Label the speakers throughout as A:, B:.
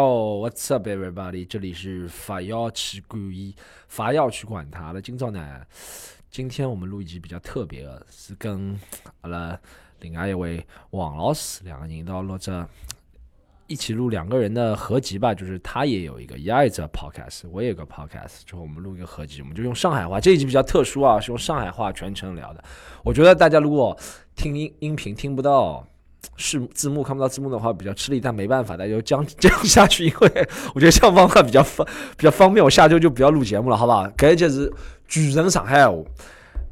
A: Yo, what's up, everybody？这里是法药去管医，法药去管他了。今朝呢，今天我们录一期比较特别的，是跟呃阿拉另外一位王老师两个人到录这一起录两个人的合集吧。就是他也有一个，也有一则 podcast，我也有个 podcast，就我们录一个合集，我们就用上海话。这一集比较特殊啊，是用上海话全程聊的。我觉得大家如果听音音频听不到。是字幕看不到字幕的话比较吃力，但没办法，大家就 这样这样下去，因为我觉得这样方法比较方比较方便。我下周就不要录节目了，好不好？搿就是全程上海话，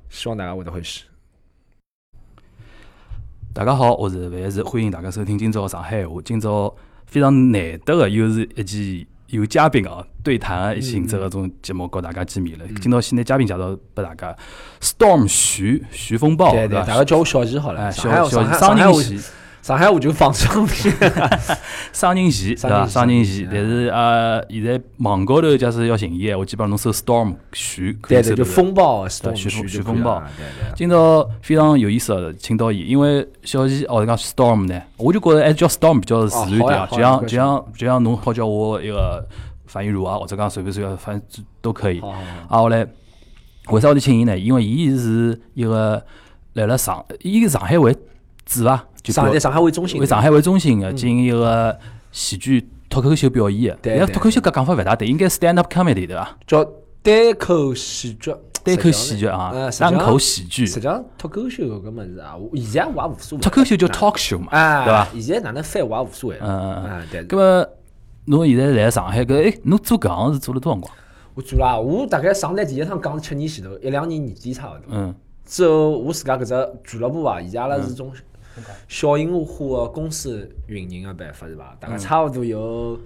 A: 希望大家会得欢喜。
B: 大家好，我是万事，欢迎大家收听今朝上海话。今朝非常难得的，又是一期有嘉宾啊对谈的性质的种节目，告大家见面了。
A: 嗯
B: 今朝先拿嘉宾介绍拨大家，Storm 徐徐风暴，
A: 对
B: 哦对
A: 对，大
B: 吧
A: 家？叫我小徐好了。
B: 哎，
A: 上海
B: 小
A: 话
B: 小
A: 上海
B: 商
A: 上海
B: 人
A: 话
B: 徐，
A: 上海话就放上 去。
B: 商人徐，对吧？
A: 商
B: 商
A: 人
B: 人
A: 徐
B: 徐，但是呃，现在网高头假使要寻伊闲话，基本上侬搜 Storm 徐，可以
A: 对
B: 搜
A: 对，就
B: 到的
A: 风暴，storm 啊
B: 徐
A: 徐
B: 徐
A: 就可以啊
B: 风暴啊
A: 了对对。
B: 今朝非常有意思的，请到伊，因为小伊哦讲 storm 呢，我就觉着还是叫 storm 比较自然一
A: 好呀
B: 点啊，
A: 哦好
B: 就
A: 呀
B: 像就像就像侬好叫我一个樊玉茹啊，或者讲随便随便，反正都可以。
A: 好好好，
B: 啊，后来为啥我得请伊呢？因为伊是一个来了上，伊是上海为主吧，就
A: 上
B: 表
A: 海上海为中心，
B: 为上海为中心的进行一个喜剧脱口秀表演
A: 对
B: 的。那
A: 对
B: 脱口秀搿讲法勿大对，应该 stand up comedy 对伐？
A: 叫单口喜剧，
B: 单口喜剧啊
A: 呃，实际上
B: 单
A: 呢
B: 口喜剧，
A: 实际上脱口秀搿么子啊，我现在我也无所谓。
B: 脱口秀叫 talk show 嘛，
A: 哎，
B: 对伐？
A: 现在哪能翻我也无所谓了。
B: 嗯嗯
A: 嗯，对。
B: 咁么，侬现在来上海搿，哎，侬做搿行是做了多少辰光？
A: 我做啦，我大概上台第一趟讲是七年前头，一两年年底差勿多。
B: 嗯，
A: 之后我自家搿只俱乐部啊，现在阿拉是种
B: 嗯
A: 小型化的公司运营的办法是
B: 嗯
A: 伐？大概差勿多有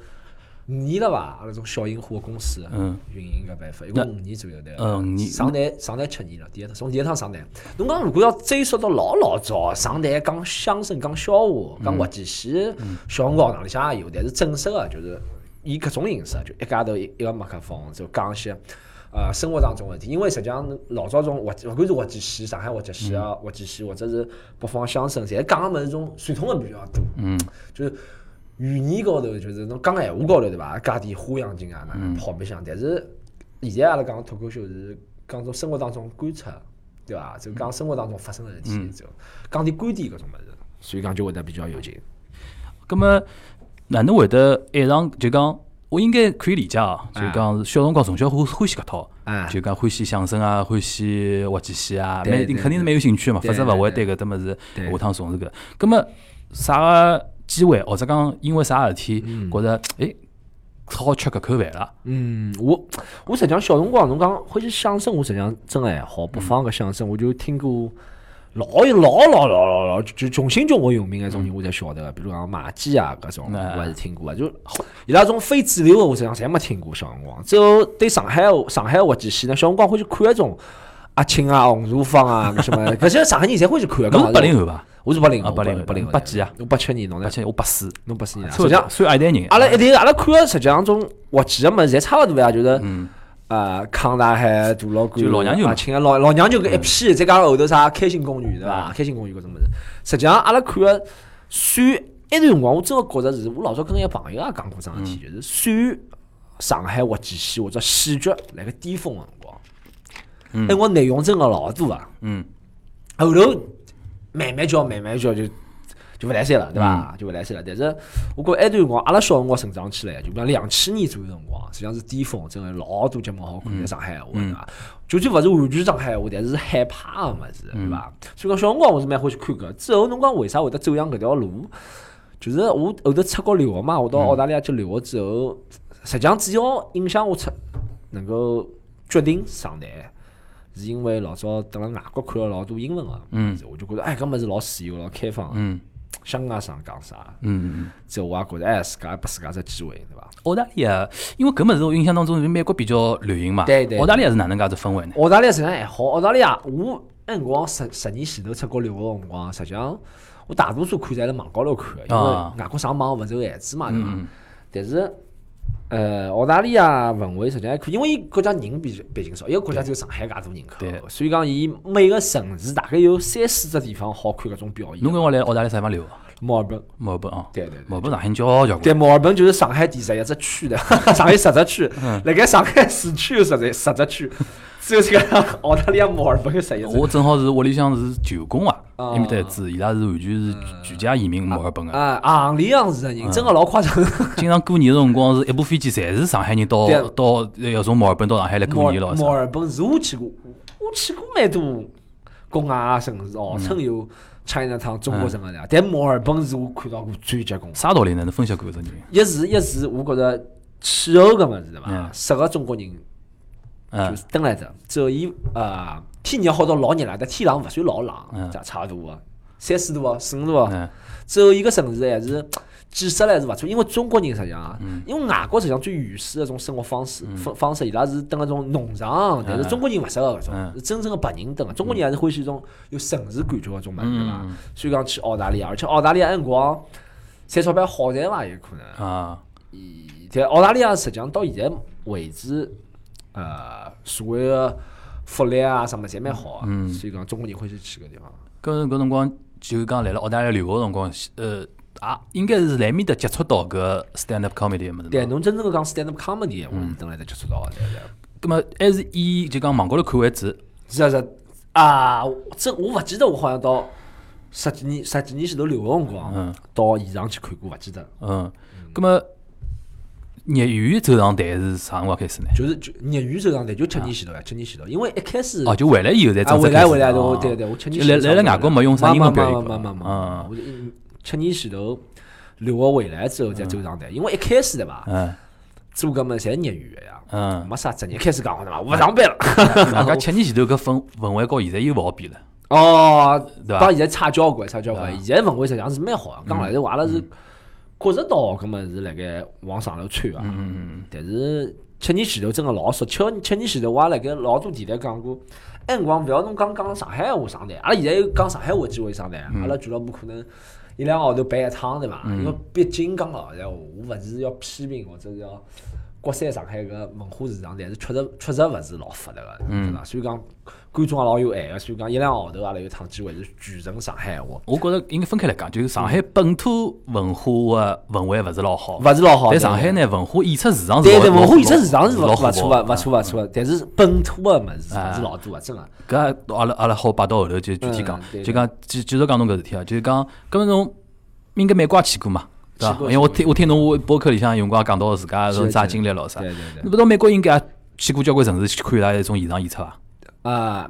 A: 五年了伐？阿拉种小型化的公司
B: 嗯
A: 运营搿办法，一共五年左右对伐。
B: 嗯五年
A: 上台上台七年了，第一趟从第一趟上台。侬讲如果要追溯到老老早，上台讲相声、讲笑话、讲滑稽戏，小辰光哪里向也有，但是正式的就是以搿种形式，就一家头一一个麦克风，就讲一些。呃，生活当中的事体，因为实际上老早种滑稽，勿管是滑稽戏、上海滑稽戏啊、滑稽戏，或者是北方相声，侪讲个物事种传统的比较多。
B: 嗯，
A: 就是语言高头，就是侬讲闲话高头对伐？加点花样精啊，哪能跑白相？但是现在阿拉讲脱口秀是讲从生活当中观察，对伐？就讲生活当中发生的事体，就讲点观点搿种物事，嗯所以讲就会得比较有劲。
B: 咁么，哪能会得爱上就讲？我应该可以理解啊，就讲是小辰光从小欢欢喜搿套
A: 哎，
B: 就讲欢喜相声啊，欢喜滑稽戏啊，
A: 对
B: 蛮
A: 对
B: 肯定是蛮有兴趣嘛，
A: 对
B: 否则
A: 对
B: 勿会
A: 对
B: 对搿搭物事
A: 对
B: 下趟从事搿。咁么啥个机会，或者讲因为啥事体，觉着哎，好吃搿口饭了，
A: 嗯，我我实际上小辰光，侬讲欢喜相声，我实际上真还好。北方个相声，我就听过老老老老老老，就穷新中国有名个种人，我才晓得个。比如讲马季啊，搿种
B: 嗯
A: 我还是听过啊。就伊拉种非主流个，我实际上侪没听过。小辰光之后对上海上海滑稽戏呢，小辰光欢喜看那种阿青啊、洪如芳啊，搿什么，搿些上海人侪欢喜看。
B: 侬
A: 搿
B: 八零，后伐？
A: 我是八零后，
B: 啊80
A: 八零
B: 八几啊？
A: 我八七年，侬呢
B: 而？且我八四，
A: 侬八四年啊？实
B: 算
A: 际上。
B: 算阿一代人。
A: 阿拉一定，阿拉看的实际上种滑稽的么子侪差勿多呀，就是呃康大海、杜老倌、
B: 嗯就嗯老娘舅嘛
A: 啊，亲个老老娘舅搿一批，再加上后头啥开心公寓对
B: 嗯
A: 伐？开心公寓搿种物事，实际上阿拉看的算一段辰光，我真个觉着是我老早跟一个朋友也讲过桩事体，
B: 嗯
A: 就是算上海滑稽戏或者喜剧辣盖巅峰个辰光，那辰光内容真个老多啊。
B: 嗯。
A: 后头慢慢叫，慢慢叫就就勿来三了，对伐？就勿来三了。但是我觉得埃段辰光，阿拉小辰光成长起来，就比如讲两千年左右辰光，啊实际上是巅峰，真个老多节目好看，在上海话对伐？就算勿是完全上海话，但是海派个物事对伐？所以讲小辰光我是蛮欢喜看搿，之后侬讲为啥会得走向搿条路？就是我后头出国留学嘛，我到澳大利亚去留学之后，实际上主要影响我出能够决定上台，是因为老早等了外国看了老多英文个、嗯，我就觉得哎，搿物事老自由老开放、
B: 嗯
A: 香港上讲啥，
B: 嗯。
A: 之后我也觉得哎，自家拨自家只机会，对伐？
B: 澳大利亚，因为搿物事我印象当中是美国比较流行嘛。
A: 对对
B: 澳大利亚是哪能介只氛围呢？
A: 澳大利亚实际上还好，澳大利亚我那辰光十十年前头出国留学个辰光，实际上我大多数看在辣网高头看的，因
B: 啊嗯
A: 为外国上网勿受限制嘛，对伐？但是呃，澳大利亚氛围实际上还可以，因为伊国家人比毕竟少，一个国家只有上海介多人
B: 对
A: 口，所以讲伊每个城市大概有三四只地方好看搿种表演。
B: 侬搿辰光来澳大利亚啥地方留学？
A: 墨尔本，
B: 墨尔本啊，
A: 对对对。
B: 墨尔本上海人叫摇
A: 对，
B: 滚，
A: 墨尔本就是上海第十一只区的， 上海十只区，
B: 嗯
A: 辣盖上海市区有十只十只区，只有这个 澳大利亚墨尔本有十一只。
B: 我正好是屋里向是舅公啊
A: 啊，
B: 伊面搭子，伊拉是完全是全全家移民墨尔本个，
A: 嗯啊，行里向是的
B: 嗯
A: 人，真的老夸张。
B: 经常过年个辰光是一部飞机，侪是上海人到
A: 对
B: 到呃要从墨尔本到上海来过
A: 墨
B: 年咯
A: 尔，墨尔本是我去过，我去过蛮多公园啊，甚至
B: 嗯
A: 号称有 China Town 中国城个的，但墨尔本是我看到过最结棍的。
B: 啥道理呢？侬分析过搿只人？
A: 一是一是，我觉着气候搿物事对伐
B: 嗯，
A: 适合中国人就
B: 嗯
A: 是蹲来着。之后伊呃天热好到老热啦，但天冷勿算老冷，
B: 嗯
A: 差差勿多个，三四度啊，四五度啊。
B: 嗯
A: 之后一个城市还是建设了还是勿错，因为中国人实际上啊，
B: 嗯
A: 因为外国实际上最原始的种生活方式方方式，伊拉是蹲那种农场，但是中国人勿适合搿种，
B: 嗯
A: 是真正的白人蹲个。中国人还是欢喜一种有城市感觉搿种物事，对伐
B: 嗯？
A: 所以讲去澳大利亚，而且澳大利亚那辰光赚钞票好赚伐，有可能。
B: 啊，
A: 但澳大利亚实际上到现在为止，呃，所谓的福利啊什么侪蛮好啊，所以讲中国人欢喜去搿地方。
B: 搿搿辰光就讲来了澳大利亚留学个辰光，呃啊，应该是来面搭接触到搿 stand up comedy 个物事嘛。
A: 对，侬真正的讲 stand up comedy，我是等来才接触到的。对对
B: 葛末还是以就讲网高头看为主，
A: 是啊是啊啊，我真我勿记得我好像到十几年十几年前头留学辰光
B: 嗯，
A: 到现场去看过，勿记得。
B: 嗯，葛末业余走上台是啥辰光开始呢？
A: 就是就业余走上台就七年前头呀，七年前头，因为一开始
B: 哦，就回来以后才
A: 啊
B: 正式
A: 回
B: 开
A: 来
B: 始
A: 回来，
B: 的
A: 我
B: 啊
A: 对对，我七年
B: 就来
A: 前
B: 来了外国没用啥英文表演
A: 没没没没没
B: 过，
A: 没，
B: 嗯
A: 我就一七年前头留学回来之后再走上台，因为一开始对伐，
B: 嗯
A: 做搿么侪业余个呀，
B: 嗯，
A: 没啥职业。一开始讲好的嘛，我勿上班了。
B: 人家七年前头搿氛氛围和现在又勿好比了，
A: 哦，
B: 对
A: 到
B: 伐？
A: 现在差交关，差交
B: 对
A: 关。
B: 吧
A: 现在氛围实际上是蛮好的，讲老实话，阿拉是觉着到搿么是辣盖往上头窜啊。
B: 嗯
A: 但是七年前头真个老少，七七年前头我也辣盖老多电台讲过，埃辰光勿要侬讲讲上海话上台，阿拉现在有讲上海话机会上台，啊
B: 嗯
A: 阿拉俱乐部可能一两个号头办一趟对伐？因为毕竟讲老实话，我勿是要批评或者是要。国三上海搿文化市场，但是确实确实勿是老发达个，
B: 嗯
A: 对伐？所以讲观众也老有爱个，所以讲一两个号头阿拉有趟机会是全程上海话，
B: 我觉着应该分开来讲，就是上海本土文化个氛围勿是老好，
A: 勿是老好。对
B: 但上海呢文化演出市场是
A: 对
B: 老
A: 对，
B: 老
A: 文化艺术市场是勿
B: 老啊
A: 勿错
B: 个
A: 个，勿。错勿错个，但是本土个物事
B: 啊
A: 是老多个，真个。
B: 搿也阿拉阿拉好摆到后头就具体讲
A: 嗯对，
B: 就讲继继续讲侬搿事体啊，就是讲搿么侬应该美国也去过嘛，对伐
A: 去？
B: 因
A: 过
B: 为我听我听侬博客里向有辰光讲到自家
A: 是
B: 种啥
A: 是
B: 经历咯啥，
A: 对对对
B: 侬勿到美国应该也去过交关城市去看伊拉一种现场演出伐？
A: 啊，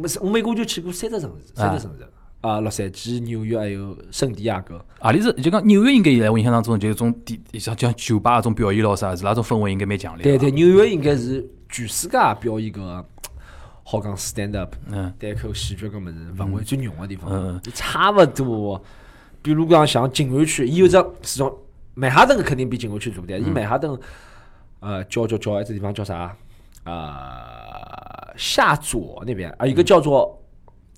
A: 我是我美国就去过三只城市，三只城市啊，洛杉矶、纽约还有圣地亚哥。
B: 何里是就讲纽约应该现在我印象当中就是种地像像酒吧那种表演咯啥，啊是那种氛围应该蛮强烈
A: 对
B: 的。
A: 对，纽约应该是全世界表演个好讲 stand up
B: 嗯
A: 单口喜剧搿物事氛围最浓个地方
B: 嗯嗯，
A: 差勿多。比如讲像静安区，伊有只市场，曼哈顿肯定比静安区大，但是伊
B: 嗯
A: 曼哈顿呃叫叫叫一只地方叫啥？呃，下左那边啊，有一个叫做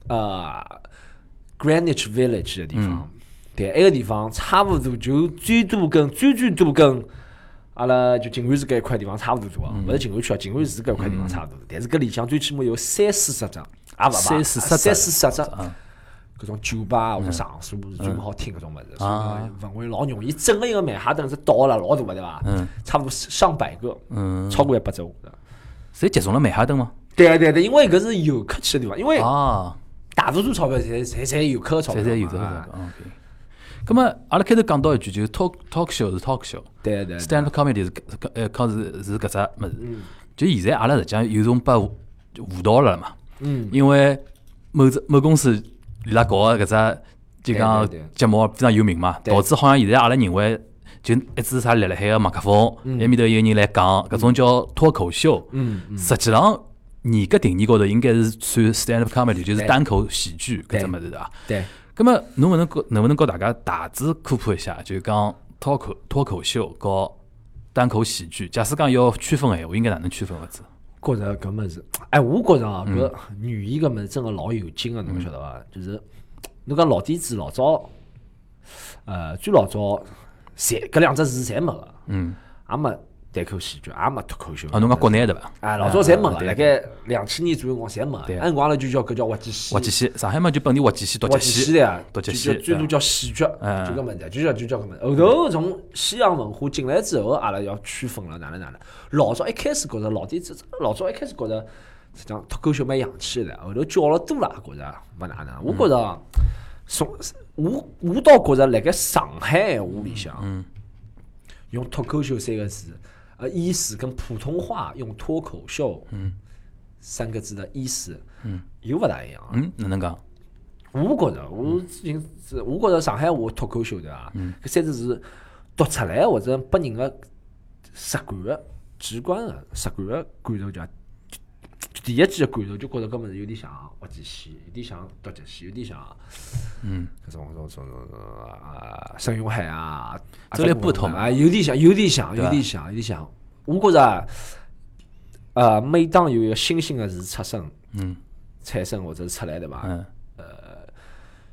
A: 呃 Greenwich Village 的地
B: 嗯
A: 方，对，埃个地方差不多就最多跟最最多跟阿拉就静安寺搿一块地方差不多
B: 嗯
A: 多啊，勿是静安区啊，静安寺搿一块地方差不多，但是搿里向最起码有三四十只，啊也勿
B: 三四十只啊
A: 三四十只。搿种酒吧或者场所是最好听搿种物事，所以
B: 啊
A: 讲氛围老浓。伊整个一个曼哈顿是岛了，老大个对伐？
B: 嗯，
A: 差不多上百个，
B: 嗯，
A: 超过一百只。我觉得
B: 侪集中了曼哈顿吗？
A: 对啊对啊对啊，因为搿是游客去的地方，因为
B: 啊，
A: 大多数钞票侪侪侪游客的钞票
B: 侪
A: 嘛，
B: 侪有这个。
A: 啊
B: OK。咁么，阿拉开头讲到一句，就是 talk talk show 是 talk show。
A: 对啊对啊对啊
B: stand up comedy 是搿搿呃，讲是是搿只物
A: 嗯
B: 事。就现在阿拉实际上有种把舞舞蹈了嘛，
A: 嗯，
B: 因为某只某公司伊拉搞个搿只就讲
A: 对对对
B: 节目非常有名嘛，
A: 对
B: 导致好像现在阿拉认为就一支啥立辣海个麦克风，埃面头有人来讲，搿种叫脱口秀。
A: 嗯，
B: 实际上严格定义高头应该是算 stand up comedy，就是
A: 对
B: 单口喜剧搿只
A: 对
B: 物事对啊伐？
A: 对，
B: 咁么，侬勿能告能勿能告大家大致科普一下，就是讲脱口脱口秀和单口喜剧，假使讲要区分个闲话，应该哪能区分法子？
A: 觉着搿物事，哎，我觉着啊，搿
B: 嗯
A: 语言搿物事真个老有劲个，啊侬晓得伐？就是侬讲老底子老早，呃，最老早，侪搿两只字侪没个，
B: 嗯
A: 也没，单口喜剧，也没脱口秀。
B: 哦，侬讲国内对伐？
A: 啊，老早侪没
B: 啊
A: 个，
B: 对
A: 辣盖两千年左右辰光侪没
B: 对
A: 个，那辰光阿拉就叫搿叫滑稽戏，
B: 滑稽戏，上海嘛就本地滑稽戏、独
A: 滑
B: 角
A: 稽
B: 戏
A: 戏的呀，
B: 独
A: 就
B: 角
A: 叫
B: 戏，
A: 最多
B: 嗯
A: 叫喜剧，
B: 嗯
A: 就搿么子，就叫就叫搿么子。后头从西洋文化进来之后，阿拉要区分了，哪能哪能。老早一开始觉着老底子，老早一开始觉着实际上脱口秀蛮洋气的，后头叫了多了，觉着勿哪能。我觉
B: 嗯
A: 着从我我倒觉着辣盖上海闲话里
B: 嗯
A: 向，用脱口秀三个字，呃，意思跟普通话用脱口秀，
B: 嗯
A: 三个字的意思，有勿大一样。
B: 嗯，哪能讲？
A: 我觉着，我之前是，我觉着上海话脱口秀啊对伐？
B: 嗯
A: 搿三只字读出来或者拨人个直观个、直观个、直观个感受就啊，就第一记个感受就觉着搿物事有点像滑稽戏，有点像独角戏，有点像
B: 嗯，
A: 搿种搿种搿种搿种啊，沈永海啊，
B: 周立波头嘛
A: 啊，有点像，有点像，
B: 对
A: 有
B: 吧
A: 点像，有点像。我觉着啊，呃，每当有一个新兴个字出生、
B: 嗯
A: 产生或者是出来对伐？
B: 嗯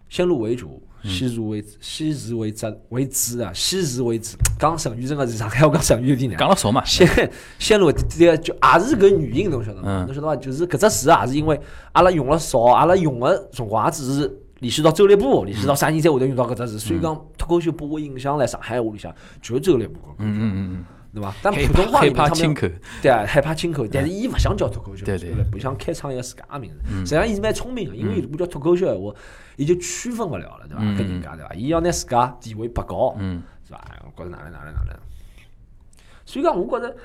A: 先入为主，先入为先入为主为主啊，先入为主。讲成语真个是 上海话讲成语有点难
B: 讲。了熟嘛？
A: 先先入为主这个就也是搿原因，侬晓得伐？
B: 嗯
A: 侬晓得伐？就是搿只词也是因为阿拉用了少，阿拉用个辰光也只是联系到周立波，联系到啥人才会得用到搿只字。所以讲脱口秀拨我印象来上海话里向就是周立波，
B: 嗯嗯嗯
A: 对伐？但
B: 嗯，害
A: 普通
B: 怕
A: 话
B: 害
A: 里面
B: 怕
A: 他
B: 亲
A: 们
B: 口，
A: 对啊，害怕亲口，但是伊勿想叫脱口秀，
B: 对对嗯
A: 不不想开创一个自家个名字。实际上，伊是蛮聪明个，因为如果叫脱口秀闲话，伊就区分勿了了，对伐？
B: 嗯
A: 跟人家对伐？伊要拿自家地位拔高，
B: 嗯
A: 是伐？哎我觉着哪能哪能哪能。所以讲，我觉着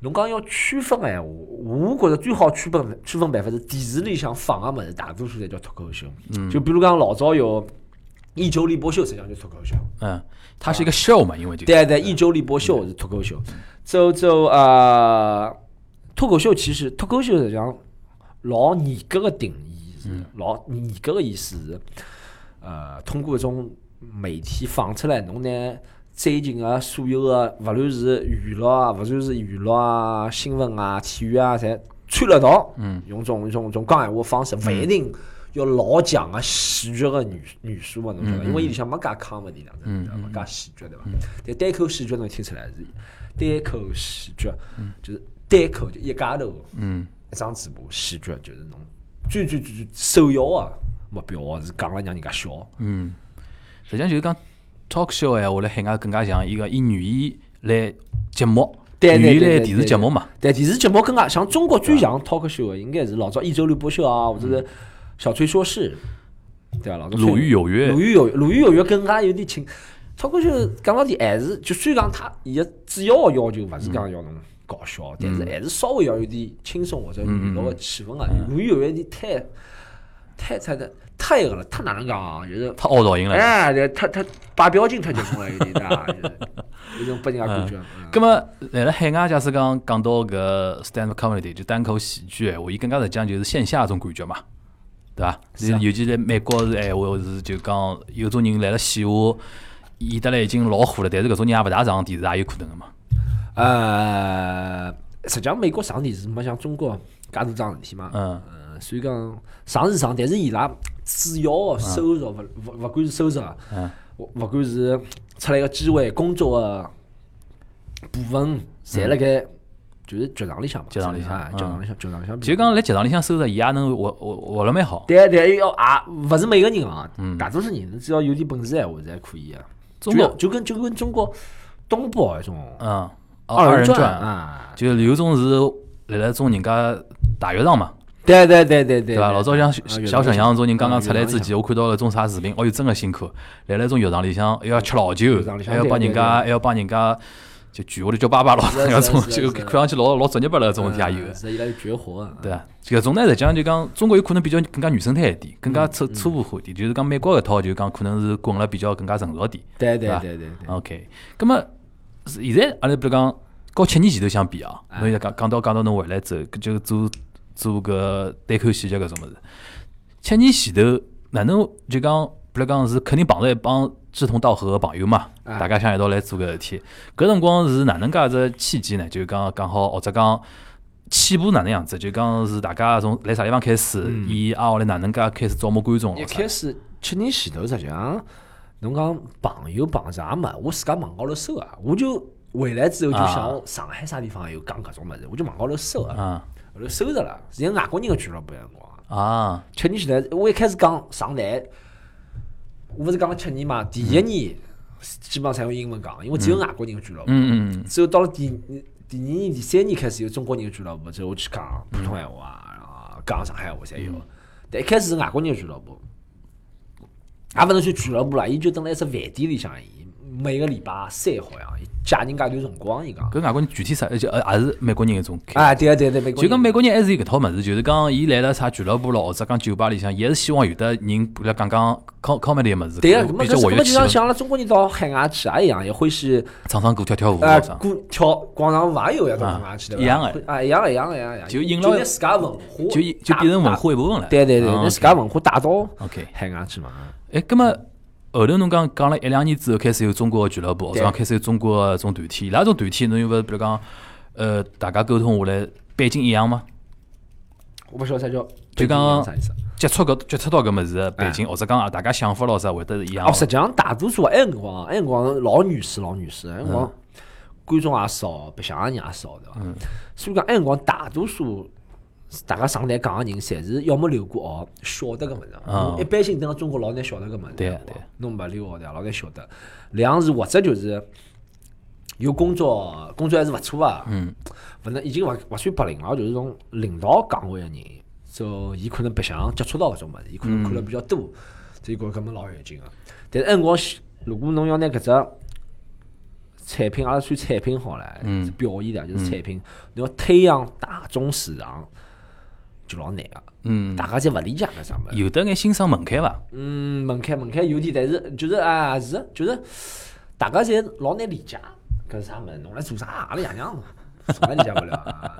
A: 侬讲要区分个闲话，我觉着最好区分区分办法是电视里向放个物事，大多数侪叫脱口秀。
B: 嗯
A: 就比如讲老早有一周立波秀，实际上就是脱口秀。
B: 嗯，它是一个 show 嘛，因为就
A: 对对，一周立波秀是脱口秀，周周啊，脱口秀其实脱口秀实际上老严格个定义是老严格个意思是，呃，通过一种媒体放出来，侬呢最近个啊所有个勿论是娱乐啊，勿论是娱乐啊、新闻啊、体育啊，侪掺了一道，嗯，用种用种种讲闲话方式，勿一定。要老啊强个喜剧个元元素啊嘛，侬晓得伐，因为伊里向没加 comedy 两只字对伐，没加喜剧对伐？但单口喜剧侬听出来是单口喜剧，就是单口就一家头，
B: 嗯
A: 一张嘴巴喜剧就是侬最最最最首要个目标是讲了让人家笑。
B: 嗯，实际上就是讲 talk show 哎，我辣海外更加像一个以语言来节目，语
A: 对对
B: 言
A: 对
B: 来
A: 对
B: 电视节目嘛，
A: 但电视节目更加像中国最像
B: 啊
A: talk show 的，应该是老早一周六播秀啊，或者是小崔说事，对吧？啊老早
B: 鲁豫有约
A: 鲁豫有鲁豫有约更加有点轻。talk show 讲到底还是，就虽然讲它伊个主要的要求勿是讲要侬搞
B: 嗯
A: 笑，但是还是稍微要有点轻松或者娱乐的气氛啊。鲁豫有约有点太太太太太个了，太哪能讲啊？就是
B: 太凹导音了。
A: 哎，这他他把表情太结棍了，有啊点大，就是有种 拨人家感觉。嗯
B: 咁啊么，来了海外，假使讲讲到搿 stand up comedy 就单口喜剧闲话，伊更加实际上就是线下种感觉嘛，对伐？
A: 是啊
B: 尤其在美呃国是闲话是就讲有种人来了线下，演得来已经老火了，但是搿种人也勿大上电视，也有可能个
A: 嗯
B: 嘛。
A: 呃，实际上美国上电视没像中国介大桩事体嘛。
B: 嗯
A: 呃所以讲上是上，但是伊拉主要的收入勿勿勿管是收入啊，
B: 嗯
A: 勿勿管是出来个机会、工作个部分，侪辣盖就是剧场里向嘛，
B: 剧嗯场里向
A: 哎剧
B: 嗯
A: 场里向，剧场里向。
B: 就讲辣剧场里向收入，伊也能活活活了蛮好。
A: 对对，要啊，勿是每个人啊，
B: 嗯
A: 大多数人只要有点本事闲话，侪可以啊。
B: 中国
A: 就就跟就跟中国东北那种
B: 嗯，哦
A: 人
B: 人
A: 啊，
B: 就有种是辣辣种人家大学堂嘛，
A: 对对对对对
B: 对伐？老早像小
A: 啊
B: 小沈阳种人刚刚出来之
A: 嗯
B: 前，我看到了种啥视频，哦哟，真个辛苦，辣辣种浴场里向还要吃老酒
A: 浴场里，向
B: 还要帮
A: 对对
B: 人家还要帮人家就句话里叫爸爸咯，
A: 是的啊
B: 那
A: 是
B: 种
A: 的是的
B: 就是
A: 的
B: 看上去老老职业不了的种事体也有
A: 嗯
B: 的，
A: 是伊拉有绝活啊。
B: 对伐？搿种呢，实际上就讲中国有可能比较更加原生态一点，更加粗
A: 嗯
B: 粗暴化一点，就是讲美国搿套就讲可能是滚了比较更加成熟一点。
A: 对对
B: 对吧
A: 对对对，
B: OK，咁么是现在阿拉比如讲，和七年前头相比啊，
A: 啊
B: 侬现在讲讲到讲到侬回来之后，搿就做做搿单口喜剧搿种物事。七年前头，哪能就讲，比如讲是肯定碰着一帮志同道合个朋友嘛，
A: 啊
B: 大家想一道来做搿事体。搿辰光是哪能介只契机呢？就讲讲好，或者讲。起步哪能样子？就讲是大家从来啥地方开始，伊啊后来哪能介开始招募观众
A: 嗯一
B: 咯？
A: 开始七年前头实际上，侬讲朋友碰啥没，我自家网高头搜啊，我就回来之后就
B: 啊
A: 想上海啥地方有讲搿种物事，我就网高头搜啊，
B: 啊
A: 后头搜着了，是人家外国人个俱乐部辰光啊。
B: 啊
A: 七年前头，我一开始讲上台，我勿是讲了七年嘛，第一年基本上侪用英文讲，因为只有外国人个俱乐部。
B: 嗯嗯
A: 之后到了第第二年、第三年开始有中国人的俱乐部，之后我去讲普通闲话啊，然后讲上海话侪
B: 嗯
A: 有。但一开始是外国人的俱乐部，也勿能算俱乐部啦，伊就蹲辣一只饭店里向，伊每个礼拜三好像，伊借人家一段辰光，伊讲
B: 嗯，。搿外国人具体啥，而且呃也是美国人一种开
A: 啊，对啊，对啊对啊，美国
B: 就
A: 人
B: 讲美国人还是有搿套物事，就是讲伊来了啥俱乐部咯，或者讲酒吧里向，也是希望有的人来讲讲 com comedy 的物事，
A: 对啊，
B: 比较
A: 搿么
B: 活跃
A: 就
B: 气
A: 像
B: 氛，
A: 像阿拉中国人到海外去啊也一样，也欢喜
B: 唱唱歌、跳跳舞
A: 啊
B: 咯啥，
A: 过跳广场舞也有呀，到海外去对伐？
B: 啊一样的
A: 啊，一样的一样的一样的，
B: 就引
A: 就
B: 了
A: 拿自家文化
B: 就就变成文化一部分了。
A: 对对对，
B: 嗯
A: 拿自家文化带到啊
B: OK
A: 海外去嘛。
B: 哎，葛么后头侬讲讲了一两年之后，开始有中国的俱乐部，或者
A: 对
B: 讲开始有中国的种团体，伊拉种团体侬有勿比如讲，呃，大家沟通下来背景一样吗？
A: 我不晓得啥叫
B: 就讲
A: 啥意思。
B: 接触搿接触到搿物事的背景，或者讲啊，大家想法咯啥会得是一样
A: 哦，
B: 吗？
A: 实际上大多数啊埃辰光，埃辰光老女士老女士，埃辰
B: 嗯
A: 光观众也少，白相的人也少，对伐？所以讲埃辰光大多数大家上台讲个人，侪是要么留过学，晓得搿物事
B: 嗯
A: 啊。一般性等到中国老难晓得搿物事，
B: 对啊
A: 吧
B: 对，
A: 侬勿留学哦对伐？老难晓得。两是或者就是有工作，工作还是勿错啊。
B: 嗯，
A: 反正已经勿勿算白领了，就是从领导岗位个人，就伊可能白相接触到搿种物事，伊可能看
B: 嗯
A: 了比较多，所以觉着搿么老有劲个。但是按辰光，如果侬要拿搿只产品，阿拉算产品好唻，
B: 嗯
A: 是表现的，就是产品，侬要推向大众市场，就老难个。
B: 嗯，
A: 大家侪勿理解搿啥物事。
B: 有得眼欣赏门槛伐？
A: 嗯，门槛门槛有点，但是就是啊，是就是，大家侪老难理解搿是啥物事，侬来做啥？阿拉爷娘从来理解勿了啊。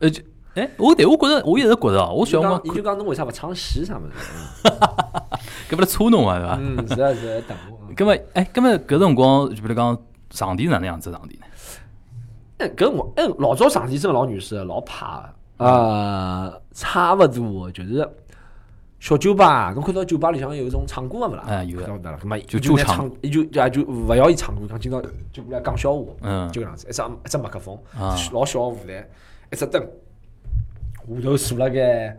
B: 呃，就哎，我对我觉着，我一直觉着啊，我
A: 就
B: 小辰
A: 讲
B: 光，
A: 伊就讲侬为啥勿唱戏啥物事？
B: 搿勿是搓侬啊，对伐？
A: 嗯，是啊是啊，等我。
B: 咁么，哎，咁么搿辰光就比如讲场地是哪能样子场地呢？
A: 哎，搿我哎，老早上天真的老女士老怕的呃，差勿多就是小酒吧，侬看到酒吧里向有一种唱歌个勿啦？
B: 哎有的
A: 看到的，搿么
B: 就
A: 就
B: 驻唱
A: 唱，伊就啊就勿要伊唱歌，讲今朝就过来讲笑话，
B: 嗯
A: 就搿样子，一只一只麦克风
B: 啊，
A: 老小个舞台，一只灯，下头坐了该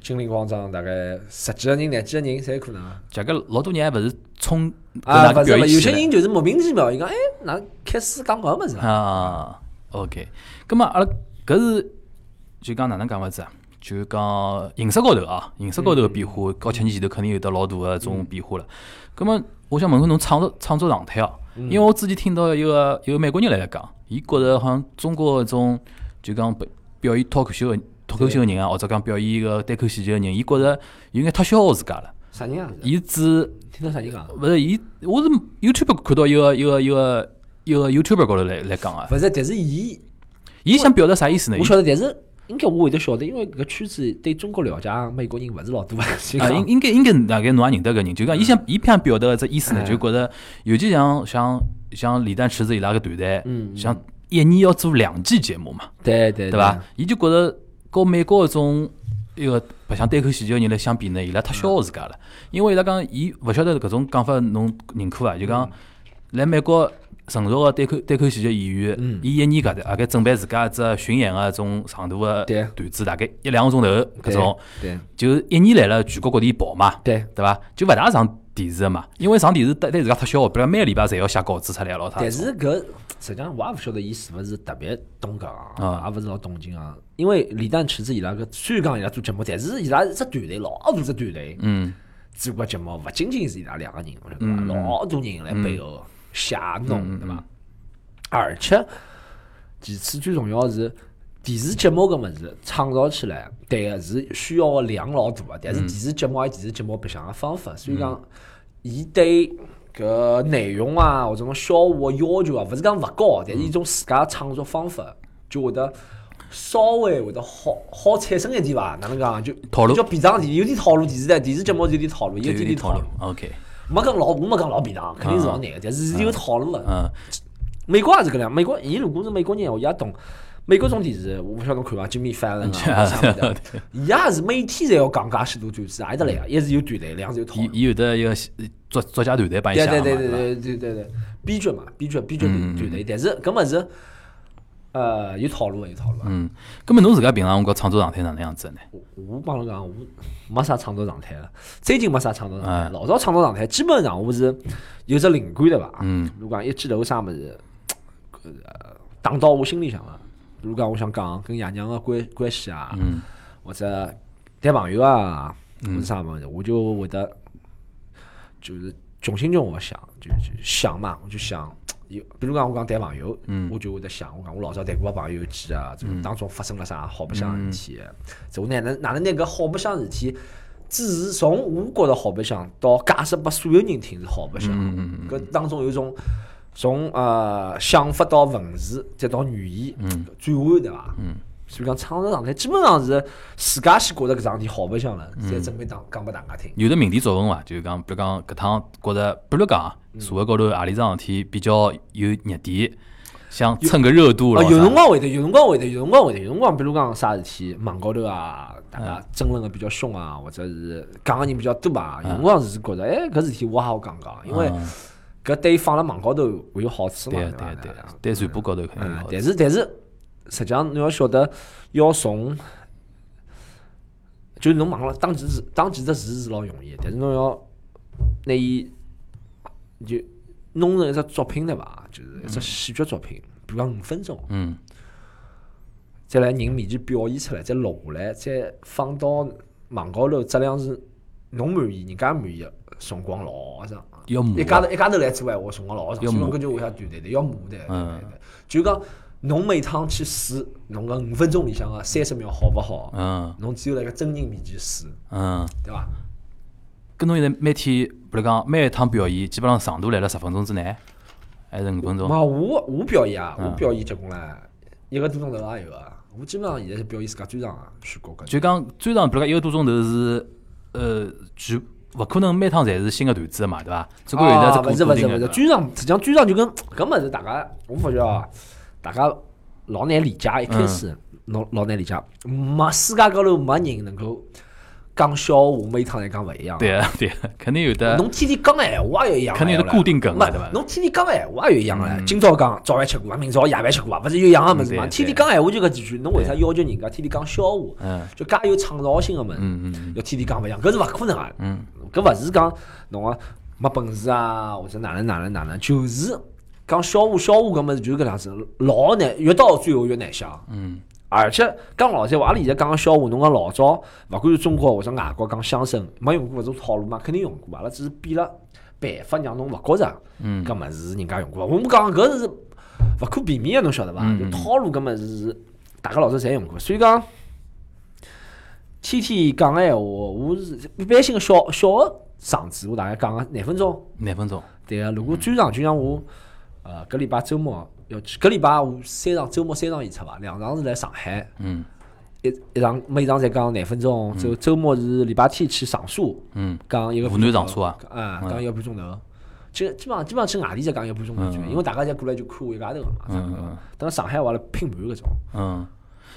A: 金陵广场大概十几个人、廿几个人侪有可能啊。
B: 这个老多人还勿是冲搿
A: 啊，
B: 哪
A: 勿
B: 个
A: 是
B: 表
A: 勿
B: 演
A: 是，有
B: 起
A: 些
B: 来
A: 人就是莫名其妙，伊讲哎，哪开始讲搿物事啊？
B: 啊？OK，咁么阿拉搿是就讲哪能讲法子啊？就讲形式高头啊，形式高头个变化，搞七年哦前头肯定有得老大个种变化了。咁么我想问问侬创作创作状态哦，因为我之前听到一个有个美国人来来讲，伊觉着好像中国搿种就讲表表演脱口秀个脱口秀个人啊，或者讲表演个单口喜剧个人，伊觉着有眼太消耗自家了。
A: 啥人啊？
B: 伊只
A: 听到啥人讲？
B: 勿是伊，啊我是 YouTube 看到一个一个一个一个 YouTuber 高头来来讲啊，
A: 勿是，但是伊，
B: 伊想表达啥意思呢？
A: 我
B: 伊
A: 晓得，但是应该我会得晓得，因为搿圈子对中国了解，美国人勿是老 多。所以
B: 啊，
A: 讲
B: 应应该应该大概侬也认得搿人，就讲伊想伊想表达个只意思呢，就觉着尤其像像像李诞、池子伊拉个团队，像一年要做两季节目嘛，
A: 对对
B: 对伐？？伊就觉着和美国搿种一个白相单口喜剧个人来相比呢，伊拉太消耗自家了。因为伊拉讲，伊勿晓得搿种讲法侬认可啊伐？
A: 嗯
B: 就讲来美国成熟个单口单口喜剧演
A: 嗯
B: 员，伊一年搿搭大概准备自家一只巡演个啊种长度个
A: 对
B: 段子，大概一两个钟头搿种，
A: 对
B: 就一年来了全国各地跑嘛。
A: 对
B: 对伐？就勿大上电视个嘛，因为上电视对对自家太消耗，比如每个礼拜侪要写稿子出来咯啥
A: 但
B: 的。
A: 是搿实际上我也勿晓得伊是勿是特别懂搿
B: 啊
A: 行，也勿是老懂金行。因为李诞、池子伊拉搿虽然讲伊拉做节目，但是伊拉是只团队，老大只团队
B: 嗯
A: 做搿节目，勿仅仅是伊拉两个人，我晓得伐？老多人来背
B: 嗯
A: 后写弄，对伐？而且其次最重要的是。电视节目搿物事创造起来，对个是需要个量老大个，但
B: 嗯
A: 是电视节目也有电视节目白相个方法，所以讲，伊对搿内容啊或者讲笑话个要求啊，勿是讲勿高，
B: 嗯
A: 但是一种自家创作方法就会得稍微会得好好产生一点伐？哪能讲啊就
B: 套路
A: 叫比上点，有点套路。电视台电视节目就有点套路，有
B: 有
A: 点
B: 点
A: 点套
B: 套
A: 路
B: 路。。OK，
A: 没讲老，我没讲老便当，肯定是老难个，但是是有套路个。
B: 嗯
A: 美国也啊是搿样，美国伊如果是美国人，我也懂。美国种电视，我勿晓得侬看伐，金米饭人啊， 啥物事啊，伊也是每天侪要讲介许多段子，阿得来啊个，
B: 嗯
A: 一是有团队，两是有套
B: 伊
A: 路。
B: 伊有得一个作作家团队帮伊
A: 对
B: 写个
A: 对
B: 嘛，
A: 对对
B: 伐？
A: 对对对对，编剧嘛，编剧编剧
B: 嗯
A: 团队，但是搿物事，呃，有套路啊有套路啊。
B: 嗯，咁么侬自家平常辰光创作状态哪能样子呢？
A: 我我帮侬讲，我没啥创作状态了，最近没啥创作状态。
B: 嗯
A: 老早创作状态基本上我是有只灵感对伐？
B: 嗯，
A: 如讲一记头啥物事，呃，打到我心里向了。如讲我想讲跟爷娘个关关系啊，
B: 嗯
A: 或者谈朋友啊，或者啥物事，我就会得就是穷心穷我想，就就想嘛，我就想。有，比如讲我讲谈朋友，我就会得想，我讲我老早谈过个朋友有几啊，这个当中发生了啥好白相的事体，这我哪能哪能拿搿好白相的事体，只是从我觉着好白相到解释拨所有人听是好白相，搿当中有一种从呃想法到文字再到语言转换，对伐？啊所以讲创作状态基本上是自家先觉着搿桩事体好白相了，再准备当讲拨大家听。
B: 有的命题作文伐？就是讲，比如讲搿趟觉着，比如讲啊
A: 嗯
B: 社会高头何里桩事体比较有热点，想蹭个热度
A: 啊，
B: 了。
A: 有辰光会得，有辰光会得，有辰光会得，有辰光比如讲啥事体，网高头啊，大家争论的比较凶啊，或者是讲的人比较多啊，有辰光是觉着，哎，搿事体我也好讲讲，因为
B: 嗯
A: 搿对于放辣网高头会有好处嘛，
B: 对
A: 伐
B: 对？对啊
A: 伐，
B: 对传播高头肯定
A: 嗯
B: 好，。
A: 但是但是，实际上侬要晓得，要从，就是侬网了当几只当几只字是老容易的，但是侬要拿伊就弄成一只作品对伐？就是一只戏剧作品，比如讲五分钟，
B: 嗯
A: 再来人面前表现出来，再录下来，再放到网高头，质量是侬满意，人家满意的，辰光老长。
B: 要磨
A: 一家头一家头来做闲话，辰光老长，
B: 要
A: 所以讲
B: 磨
A: 搿就为啥对对对，要磨的。对
B: 嗯
A: 对对就讲侬每趟去试，侬讲五分钟里向个三十秒好勿好？
B: 嗯
A: 侬只有辣盖真人面前试，
B: 嗯，
A: 对伐？
B: 跟侬现在每天，比如讲每一趟表演，基本上长度来了十分钟之内，还是五分钟？
A: 嘛，我我表演啊，
B: 嗯
A: 我表演结棍唻，一个多钟头也有啊。我基本上现在是表演自家专场啊，全国搿种。
B: 就讲专场，比如讲一个多钟头是，呃，全勿可能每趟侪是新个段子的嘛，对伐？只不过现在
A: 啊
B: 是
A: 勿
B: 固
A: 是
B: 定
A: 勿
B: 的
A: 是勿
B: 对
A: 是，
B: 伐。
A: 专场实际上专场就跟搿物事，大家我发觉啊，大家老难理解。一开
B: 嗯
A: 始老老难理解，没世界高头没人能够讲笑话，每一趟侪讲勿一样。
B: 对啊 对，肯定有的。
A: 侬天天讲闲话也一样啊嘞，
B: 肯定有个固定梗嘛
A: 勿
B: 对伐嗯
A: 侬天天讲闲话也一样嘞，今朝讲早饭吃过伐，明朝夜饭吃过伐，勿是有一样个物事嘛？
B: 嗯对
A: 天天讲闲话就搿几句，侬为啥要求人家天天讲笑话？
B: 嗯
A: 就介有创造性个物事，
B: 嗯嗯
A: 要天天讲勿一样，搿是勿可能啊！
B: 嗯，
A: 搿勿是讲侬个没本事啊，或者哪能哪能哪能，就是讲笑话笑话搿物事就是搿样子，老难，越到最后越难想。
B: 嗯
A: 而且讲老实闲话，阿拉现在讲个笑话，侬讲老早，勿管是中国或者外国讲相声，没用过搿种套路嘛，肯定用过。阿拉只是变了办法，让侬勿觉着
B: 嗯
A: 搿物事是人家用过。我们讲搿是勿可避免的，侬晓得伐？
B: 嗯
A: 就套路搿物事是大家老早侪用过，所以讲天天讲个闲话，我是一般性个小小个场子，我大概讲个廿分钟。
B: 廿分钟。
A: 对啊个，如果专场就像我，呃，搿礼拜周末要去，搿礼拜我三场周末三场演出伐，两场是来上海。
B: 嗯
A: 一一场每场侪讲廿分钟，周周末是礼拜天去长沙，
B: 嗯
A: 讲一个
B: 湖南
A: 半
B: 长
A: 钟
B: 沙啊
A: 头，啊，讲一个半钟头。基基本上基本上去外地才讲一个半钟头就，因为大家侪过来就看我一家头个嘛。
B: 嗯嗯
A: 等上海话了拼盘搿种，
B: 嗯。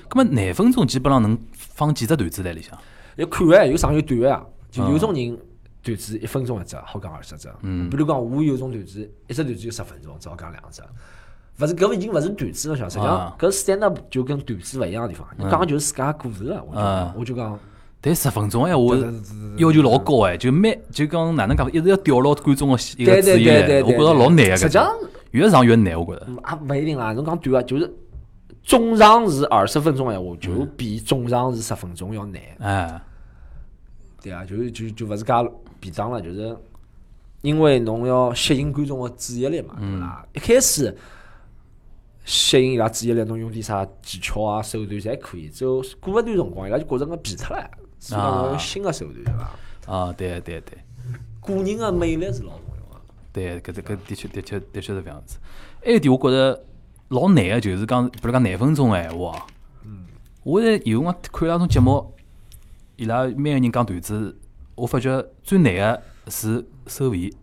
B: 咁么廿分钟基本上能放几只段子在里向？
A: 要看个有长有短个啊，就有种人段子一分钟一只，好讲二十只。比如讲我有种段子，一只段子有十分钟，只好讲两只。勿是搿已经勿是段子了，想实际上
B: 啊
A: 搿 stand up 就跟段子勿一样个地方，你讲个就是自家故事了。我就
B: 啊
A: 讲我就讲。
B: 但十分钟哎，我要求老高哎，就每就讲哪能讲，一直要吊牢观众个一个
A: 对
B: 注
A: 对
B: 意
A: 对
B: 力，
A: 对，
B: 我觉
A: 对
B: 着老难个。
A: 实际上
B: 越长越难，我觉着。
A: 也勿一定啦，侬讲短啊，就是中长是二十分钟的闲话，就比中长是十分钟要难，
B: 哎，
A: 对啊，就是就就勿是介便当了，就是因为侬要吸引观众的注意力嘛，对伐？
B: 嗯
A: 一开始吸引伊拉注意力，侬用点啥技巧啊、手段侪可以，只有过一段辰光，伊拉就觉着我疲脱了，所以讲侬要
B: 啊
A: 用新的手段，对伐？
B: 啊，对对对。
A: 个人的魅力是老重要的。
B: 对，搿只搿的确的确的确是搿样子。还有一点，我觉着老难个，就是讲，比如讲廿分钟个闲话啊。我现在有辰光看那种节目，伊拉每个人讲段子，我发觉最难个是收尾，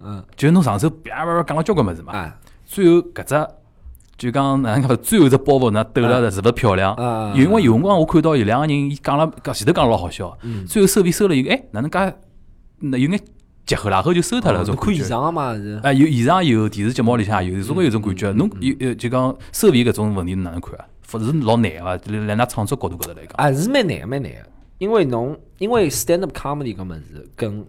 A: 嗯，
B: 就是侬上手叭叭叭讲了交关物事嘛，
A: 啊，
B: 最后搿只。就讲哪能讲法，最后只包袱呢抖了的是勿是漂亮
A: 啊？
B: 有因为有辰光我看到有两个人，伊讲了讲前头讲了老好笑，最后收尾收了以后，哎，哪能介那有眼集合，然后就收脱了，
A: 侬
B: 种
A: 看
B: 感
A: 现
B: 觉。
A: 场个嘛是，
B: 哎，有现场也有，电视节目里向也有，总归有种感觉。侬有有就讲收费搿种问题哪能看啊？勿是老难个，就是来㑚创作角度高头来讲，
A: 啊是蛮难的蛮难的，因为侬因为 stand up comedy 搿物事跟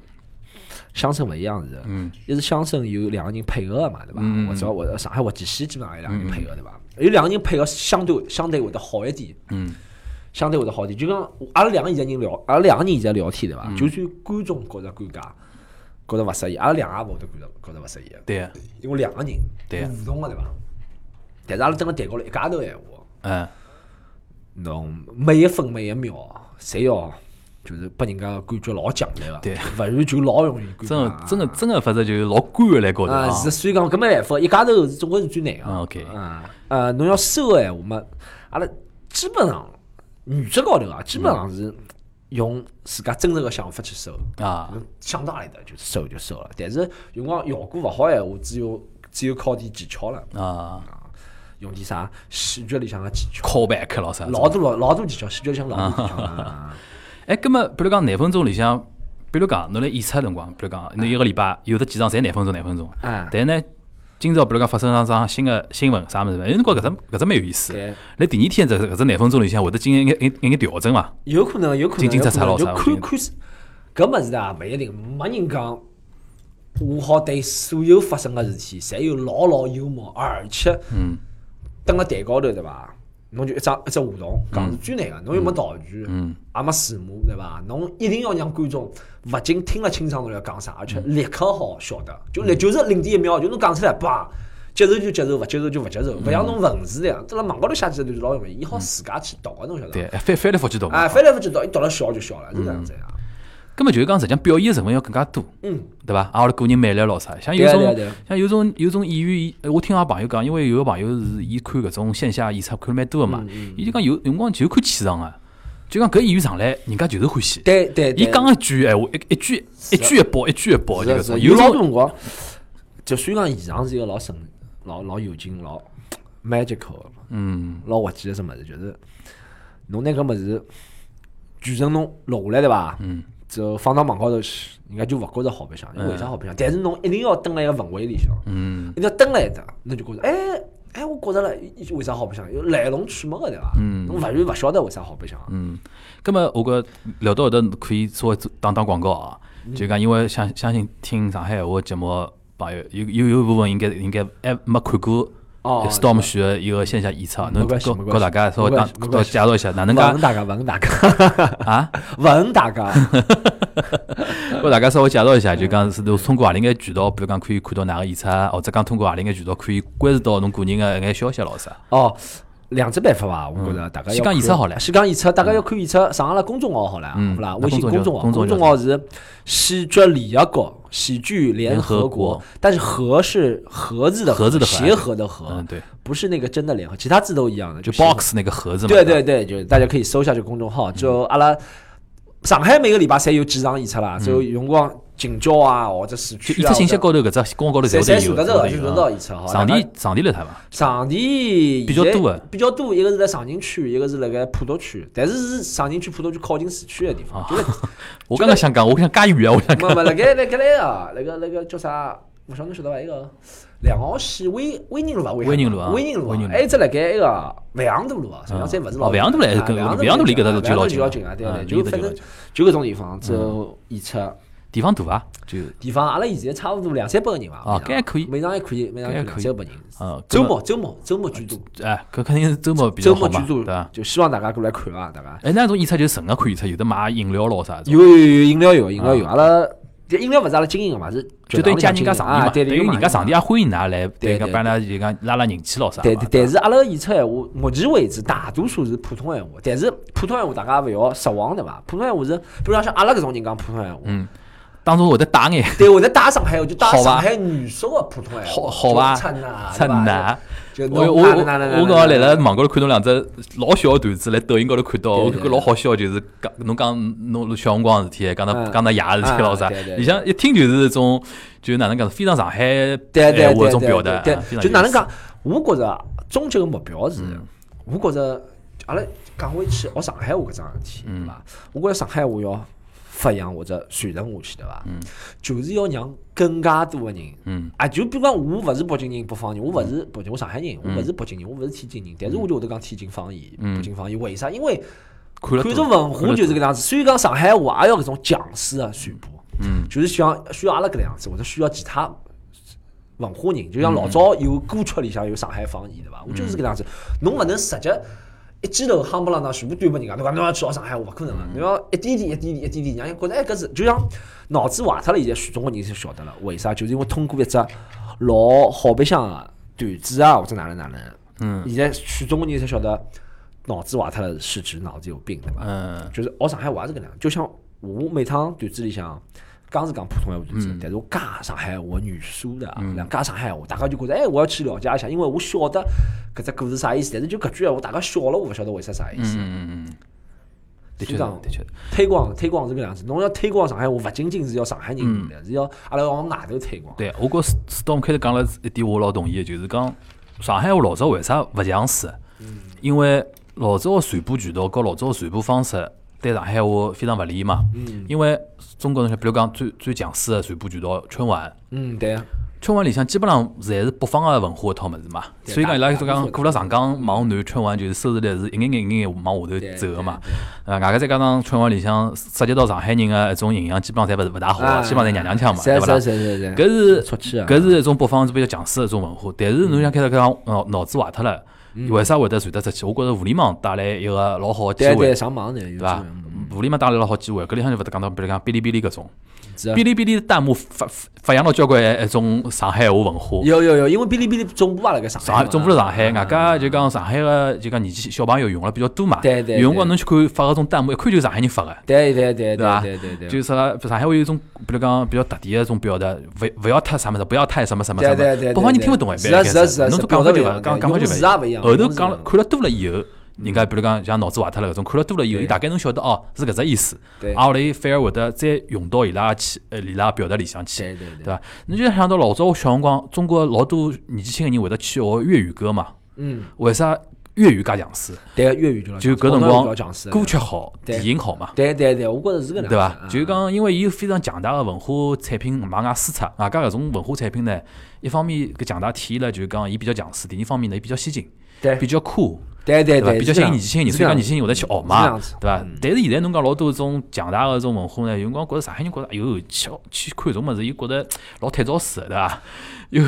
A: 相声勿一样是，
B: 嗯，
A: 一是相声有两个人配合的嘛，对伐？
B: 嗯嗯
A: 或者或者上海话剧戏基本上有两个人配合，对伐？有两个人配合相对相对会得好一点，
B: 嗯，
A: 相对会得好一点。就讲阿拉两个现在人聊，阿拉两个人现在聊天对
B: 嗯
A: 伐？就算观众觉着尴尬，觉着勿适意，阿拉两个也勿会得觉着觉着勿适意的，
B: 对啊个，
A: 因为两个人
B: 对啊
A: 互动个对伐？但是阿拉真个谈高头一家头闲话。
B: 嗯，
A: 侬每一分每一秒，侪要就是拨人家感觉老强烈个，
B: 对
A: 勿然就老容易尴
B: 真个
A: 尬。
B: 真个真个，反正就是老干个来高头
A: 啊，
B: 啊。
A: 是，所以讲搿没办法，一家头总归是最难
B: 啊
A: 个。
B: ，OK
A: 啊，呃，侬要收个闲话嘛，阿拉基本上原则高头啊，基本上是用自家真实个想法去收，
B: 啊，
A: 想到何里搭就收就收了。但是有辰光效果勿好个闲话，只有只有靠点技巧了，
B: 啊
A: 用点啥喜剧里向个技巧，
B: ，callback 老啥？
A: 老多老老多技巧，喜剧里向老多技巧了。啊
B: 哎，葛么，比如讲廿分钟里向，比如讲侬来演出的辰光，比如讲侬一个礼拜有的几场侪廿分钟，廿分钟。
A: 啊
B: 但呢，今朝比如讲发生上桩新个新闻啥物事，有哎辰光搿只搿只蛮有意思
A: 对。
B: 来第二天这搿只廿分钟里向会得进行一眼一眼一眼调整嘛？
A: 有可能，有可能，
B: 进进出出
A: 有可能
B: 老
A: 就
B: 啥
A: 看
B: 我
A: 看是，搿物事啊，勿一定，没人讲，我好对所有发生个事体，侪有老老幽默，而且，
B: 嗯，
A: 蹲辣台高头对伐？侬就一张一只互动，讲是最难个，侬又没道具，
B: 嗯，
A: 也没字幕对伐？侬一定要让观众勿仅听了清爽侬要讲啥，而且
B: 嗯
A: 立刻好晓得，就立就是零点一秒，就侬讲出来叭。接受就接受，勿接受就勿接受，
B: 嗯
A: 勿像侬文字那样，蹲辣网高头写几个就是老容易，伊好自家去读个，侬晓得伐？
B: 对，哎翻翻来覆去读嘛
A: 啊，。翻来覆去读，一读了笑就笑了，是这样子呀。
B: 葛么就是讲，实际上表演成分要更加多，
A: 嗯，
B: 对伐？啊，我拉个人魅力老啥？像有
A: 对啊对啊
B: 种
A: 对啊
B: 像有种有种演员，伊呃我听阿朋友讲，因为有个朋友是伊看搿种线下演出看了蛮多个嘛，
A: 嗯
B: 伊就讲有有辰光就看气场啊，就讲搿演员上来，人家就是欢喜。
A: 对对对，啊
B: 伊讲一句闲话，一一句一句一爆，一句一爆，就搿
A: 是
B: 种。
A: 是
B: 有
A: 有老
B: 老
A: 多辰光，就虽然讲现场是一个老神、老老有劲、老 magical 的嘛
B: 嗯
A: 老滑稽的什么事，就是侬拿搿物事全程侬录下来对伐？
B: 嗯，
A: 之后放到网高头去，人家就勿觉着好白相，因为为啥好白相？但是侬一定要蹲辣一个氛围里向，
B: 嗯
A: 一定要蹲辣一搭，侬就觉着哎。哎，我觉着了，为啥好白相？有来龙去脉个对伐？侬勿然勿晓得为啥好白相。啊
B: 嗯。葛么，我觉聊到搿搭可以稍微做打打广告啊，
A: 嗯
B: 就讲因为相相信听上海话的节目的朋友，有有有一部分应该应该还没看过。
A: 哦
B: Storm 徐的一个线下演出啊，
A: 没
B: 侬
A: 关系
B: 告
A: 没
B: 告
A: 关
B: 大
A: 系
B: 家稍微
A: 没
B: 打
A: 关系没
B: 到
A: 关
B: 介绍一下，哪能
A: 问
B: 介
A: 大家，问大家，
B: 啊？
A: 问大家。
B: 告大家稍微介 绍一下，就讲是通过何里眼渠道，比如讲可以看到哪个演出啊，或者讲通过何里眼渠道可以关注到侬个人的一眼消息咯啥。
A: 哦，两只办法吧，我觉着大家要
B: 嗯先
A: 看
B: 讲演出好了
A: 先讲演出，大家要看演出，上阿拉公众号好了，
B: 嗯
A: 好不啦？
B: 那
A: 微信
B: 公
A: 公
B: 众就
A: 众号，
B: 公众
A: 公
B: 就
A: 众号是喜剧联合国，喜剧联合
B: 联合国，
A: 但是“和”是盒子的
B: 盒子的盒
A: 协和的和
B: 嗯，，对，
A: 不是那个真的联合，其他字都一样的，
B: 就
A: 协和
B: box 那个嗯盒子嘛。
A: 对对对，就是大家可以搜一下这个公众号，就阿拉上海每个礼拜侪有几场演出啦，就有辰光近郊啊或者市
B: 嗯就
A: 区
B: 演
A: 啊
B: 出，信
A: 或
B: 息
A: 者
B: 高头搿只公告高头
A: 侪
B: 侪
A: 侪
B: 有
A: 数得
B: 的，
A: 到，
B: 侪
A: 就
B: 有
A: 数
B: 的
A: 得到演出好。
B: 场
A: 大
B: 地
A: 家
B: 场地来台伐？
A: 场地
B: 比较
A: 现在
B: 多的啊
A: 比较多，一个是在长宁区，一个是辣盖普陀区，但是是长宁区、普陀区靠近市区的地
B: 啊
A: 方， 就是
B: 我刚刚想讲，我想加远啊，我想
A: 没没辣盖辣盖来啊，那个那个叫啥？勿晓得侬晓得伐？一个两号线威威宁路伐？
B: 威宁路啊
A: 威宁路
B: 威
A: 啊
B: 宁，路
A: 还有一只辣盖那个万阳大路啊，实际上侪勿是老
B: 哦万阳大路还是跟
A: 啊
B: 万阳大路离搿搭
A: 就
B: 就老近
A: 老
B: 了
A: 近啊，对
B: 嗯
A: 对，
B: 离
A: 就
B: 搿搭
A: 反正
B: 就老近嗯
A: 就搿种地方，之后演出
B: 地方大啊伐？就
A: 地方，阿拉现在差勿多两三百个人伐？
B: 哦
A: 每场
B: 搿还可以
A: 每场还可以，每场
B: 搿还
A: 有
B: 可
A: 两
B: 以
A: 三百人
B: 啊。
A: 周末周末周末居多，
B: 哎，搿肯定是周末比较
A: 周
B: 好
A: 末
B: 嘛
A: 居，
B: 对
A: 多
B: 伐，？
A: 就希望大家过来看啊，大家。
B: 哎，那种演出就纯个看演出，有的买饮料咯啥种，
A: 有有有饮料有饮料有，阿拉这饮料勿是阿拉经营个嘛，是
B: 就等于加人家
A: 酒
B: 场
A: 堂里
B: 地
A: 向经
B: 嘛，等
A: 营啊对
B: 于人家场地也欢迎㑚来，
A: 对
B: 对个
A: 对
B: 帮㑚就讲拉拉人气咯啥嘛。
A: 对对，但是阿拉个演出闲话，目前为止大多数是普通闲话，但是普通闲话大家勿要失望对伐？普通闲话是，比如讲像阿拉搿种人讲普通闲话，
B: 嗯，当中会得打眼，
A: 对，会得带上海话，就带
B: 好吧
A: 上海语速个普通闲话，
B: 好 好吧
A: 就蹭呐，
B: 真
A: 对吧
B: 难。
A: 就就
B: 我
A: 弄
B: 我
A: 哪
B: 我
A: 能哪能哪
B: 我
A: 能
B: 刚刚来
A: 哪
B: 了
A: 能
B: 网高头看到两只老小的段子，来抖音高头看到，
A: 对
B: 我
A: 对
B: 觉老好笑，就是讲侬讲侬小辰光的事体，讲
A: 嗯
B: 到讲到爷的事体
A: 啊
B: 老啥
A: 对对，对
B: 里向一听就是一种就是哪能讲，非常上海
A: 对对
B: 闲话
A: 对
B: 一哎种
A: 对
B: 表达，
A: 对
B: 啊非常
A: 就
B: 有
A: 哪
B: 意
A: 能
B: 思嗯
A: 讲？我觉着终极个目标是，我
B: 嗯
A: 觉着阿拉讲回去学上海话搿桩事体，对伐？我觉着上海话要发扬或者传承下去，对伐？
B: 嗯
A: 就是要让更加多的人
B: 嗯
A: 啊，就比如讲，我勿是北京人、北方人，我勿是北京，我上海人，我勿是北京人，我勿是天津人，但是我就会得讲天津方言，
B: 嗯
A: 北京方言，为啥？因为
B: 看了
A: 看
B: 多
A: 着文化
B: 看了
A: 就是搿样子。所以讲上海话也要搿种强势的传播，
B: 嗯
A: 就是像需要阿拉搿样子，或者需要其他文化人，就像老早有歌曲里向有上海方言，对伐？我就是搿样子，侬勿能直接。一记头夯不啷当全部端拨人家，侬讲侬要去学上海话，勿可能个。侬要一点点、一点点、一点点，让人觉着哎，搿是就像脑子坏脱了。现在许中国人就晓得了，为啥？就是因为通过一只老好白相个段子啊，或者哪能哪能。
B: 嗯
A: 现在许中国人才晓得脑子坏脱了是指脑子有病，对伐？
B: 嗯
A: 就是学上海话也是搿能样，就像我每趟段子里向，刚是讲普通话段
B: 嗯
A: 子，但是我加上海话元素的啊，两加上海话，大家就觉得哎，我要去了解一下，因为我晓得搿只故事啥意思，但是就搿句闲话大家笑了，我勿晓得为啥啥意思。
B: 嗯嗯，
A: 所
B: 的确
A: 以讲
B: 的确，
A: 推广推广是搿样子，侬要推广上海话，勿仅仅是要上海人用的，是要阿拉要往外头推广。
B: 嗯对我觉 s t o 开头讲了一点，我老同意的，就是讲上海话老早为啥勿强势？
A: 嗯
B: 因为老早的传播渠道和老早的传播方式对上海话非常勿利嘛。
A: 嗯
B: 因为中国人像比如讲最最强势的传播渠道春晚，
A: 嗯，对啊，
B: 春晚里向基本上侪是北方个文化一套物事嘛，
A: 对
B: 所以讲伊拉
A: 大
B: 就
A: 大部
B: 讲
A: 分
B: 过了上港往南春晚就是收视率是一眼眼眼眼往下头走个嘛
A: 对。
B: 呃，外加再加上春晚里向涉及到上海人个一种形象，基本上侪勿是勿大好
A: 啊
B: 个，基本上侪娘娘腔嘛，
A: 是啊
B: 对勿
A: 是
B: 啦？
A: 是是是，
B: 搿是
A: 出去啊
B: 搿是一种北方是比较强势的一种文化，但是侬像开头讲脑脑子坏脱了，
A: 嗯
B: 为啥会得传得出去？我觉着互联网带来一个老好个机
A: 对
B: 会
A: 对，，嗯上网呢，对
B: 对伐？互联网带来老好机会，搿里向就勿得讲到，比如讲哔哩哔哩搿种，
A: 是啊
B: 哔哩哔哩的弹幕发发发扬了交关一种上海话文化。
A: 有啊有有，因为哔哩哔哩总部也辣盖上海
B: 上
A: 嘛，
B: 海总部是上海，外加
A: 啊
B: 就讲上海个就讲年纪小朋友用了比较多嘛。
A: 对对
B: 有辰光
A: 对
B: 侬去看发搿种弹幕，一看就是上海人发个，
A: 对对对
B: 伐？
A: 对对对，
B: 就是啥上海话有一种，比如讲比较特点个一种表达，勿勿要太啥物事，不要太什么什么
A: 对
B: 什么。
A: 对对，
B: 北方人听勿懂哎，
A: 是啊是啊是啊，
B: 侬
A: 是
B: 讲法就勿
A: 啊
B: 讲讲法就
A: 用
B: 勿
A: 字也勿一样，
B: 后头
A: 用字
B: 讲
A: 也勿一
B: 了
A: 样
B: 看了多了以后，人家比如讲像脑子坏脱了搿种，看了多了以后，
A: 对
B: 伊大概能晓得哦是搿只意思，
A: 对
B: 啊后来反而会得再用到伊拉去呃伊拉表达里向去。
A: 对对
B: 对
A: 对，
B: 伐？侬就想到老早小辰光，中国老多年纪轻个人会得去学粤语歌嘛？
A: 嗯，啊
B: 为啥粤语介强势？
A: 对粤语就老
B: 就
A: 讲
B: 搿
A: 广
B: 辰
A: 东
B: 光
A: 话就老讲是
B: 歌曲好，
A: 对
B: 电影好嘛？
A: 对对对，我觉着是搿能样子，
B: 对伐？就是
A: 啊
B: 讲，因为伊有非常强大个文化产品往外输出，外加搿种文化产品呢，一方面搿强大体现了就是讲伊比较强势，第二方面呢伊比较先进，
A: 对
B: 比较酷，
A: 对对
B: 伐？
A: 对，
B: 比较吸
A: 是
B: 引
A: 这样是这
B: 年轻人，所以讲
A: 样
B: 年轻人会得去学
A: 是这
B: 嘛
A: 样子，嗯
B: 对伐？但是现在侬讲老多种强大个种文化呢，有辰光觉着上海人觉着，哎哟，去去看种物事，伊觉着老太早死的，对伐？ 有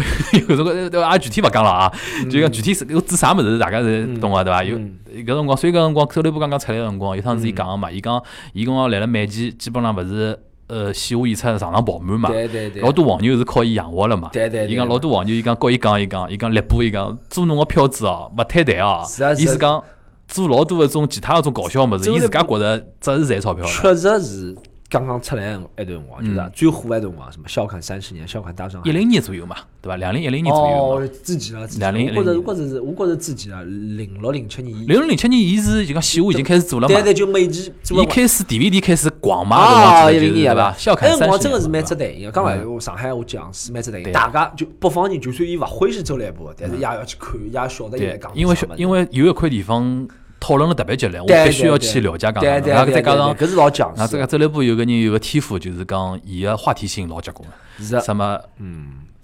B: 有种个，对伐？也具体勿讲了啊，就讲具体是有指啥物事，大家是懂啊个，对伐？有
A: 嗯
B: 搿辰光，所以搿辰光周立波刚刚出来个辰光，有趟子伊讲个嘛，伊讲伊辰光来了美期，基本上勿是呃线下演出场场爆满嘛。
A: 对对对，
B: 老多黄牛是靠伊养活了嘛？
A: 对对对
B: 伊讲老多黄牛，伊讲告伊讲，伊讲，伊讲力波，伊讲做侬个票子哦，勿摊台哦
A: 是啊。是啊
B: 伊是讲做老多搿种其他搿种搞笑物事，
A: 周
B: 伊
A: 立
B: 自家觉着只是赚钞票了。
A: 确实是刚刚出来一段辰光，就是啊最火一段辰光，什么笑看三十年，笑看大上海
B: 一。零年左右嘛，对伐？两零一零年左右嘛。
A: 哦，之前了，之前
B: 2010
A: 我觉着，我觉着是，我觉着之前啊，零六零七年，
B: 零零零七年，伊是就讲线下已经开始做了嘛
A: 对。对，就每期做了
B: 伊开始 DVD 开始广嘛，
A: 啊，
B: 搿
A: 一
B: 种
A: 零
B: 东西
A: 年
B: 对伐？笑看
A: 哎，
B: 三
A: 我
B: 十
A: 真的
B: 年
A: 是
B: 嘛
A: 蛮值
B: 对伐
A: 得一个。刚才我上海，我讲是蛮值得一个。大家就北方人，就算伊勿欢喜周立波，但是也要去看，也要晓得伊在
B: 对
A: 讲，
B: 因为
A: 啥物事
B: 因为有一块地方讨论了特别激烈，我
A: 对
B: 必须要
A: 对
B: 去了解讲，
A: 对对
B: 然后
A: 对
B: 再
A: 对
B: 加上
A: 对搿是老讲
B: 啊，
A: 是
B: 这个周立波有个人有个天赋，就是讲伊个话题性老结棍的，
A: 是啊
B: 什么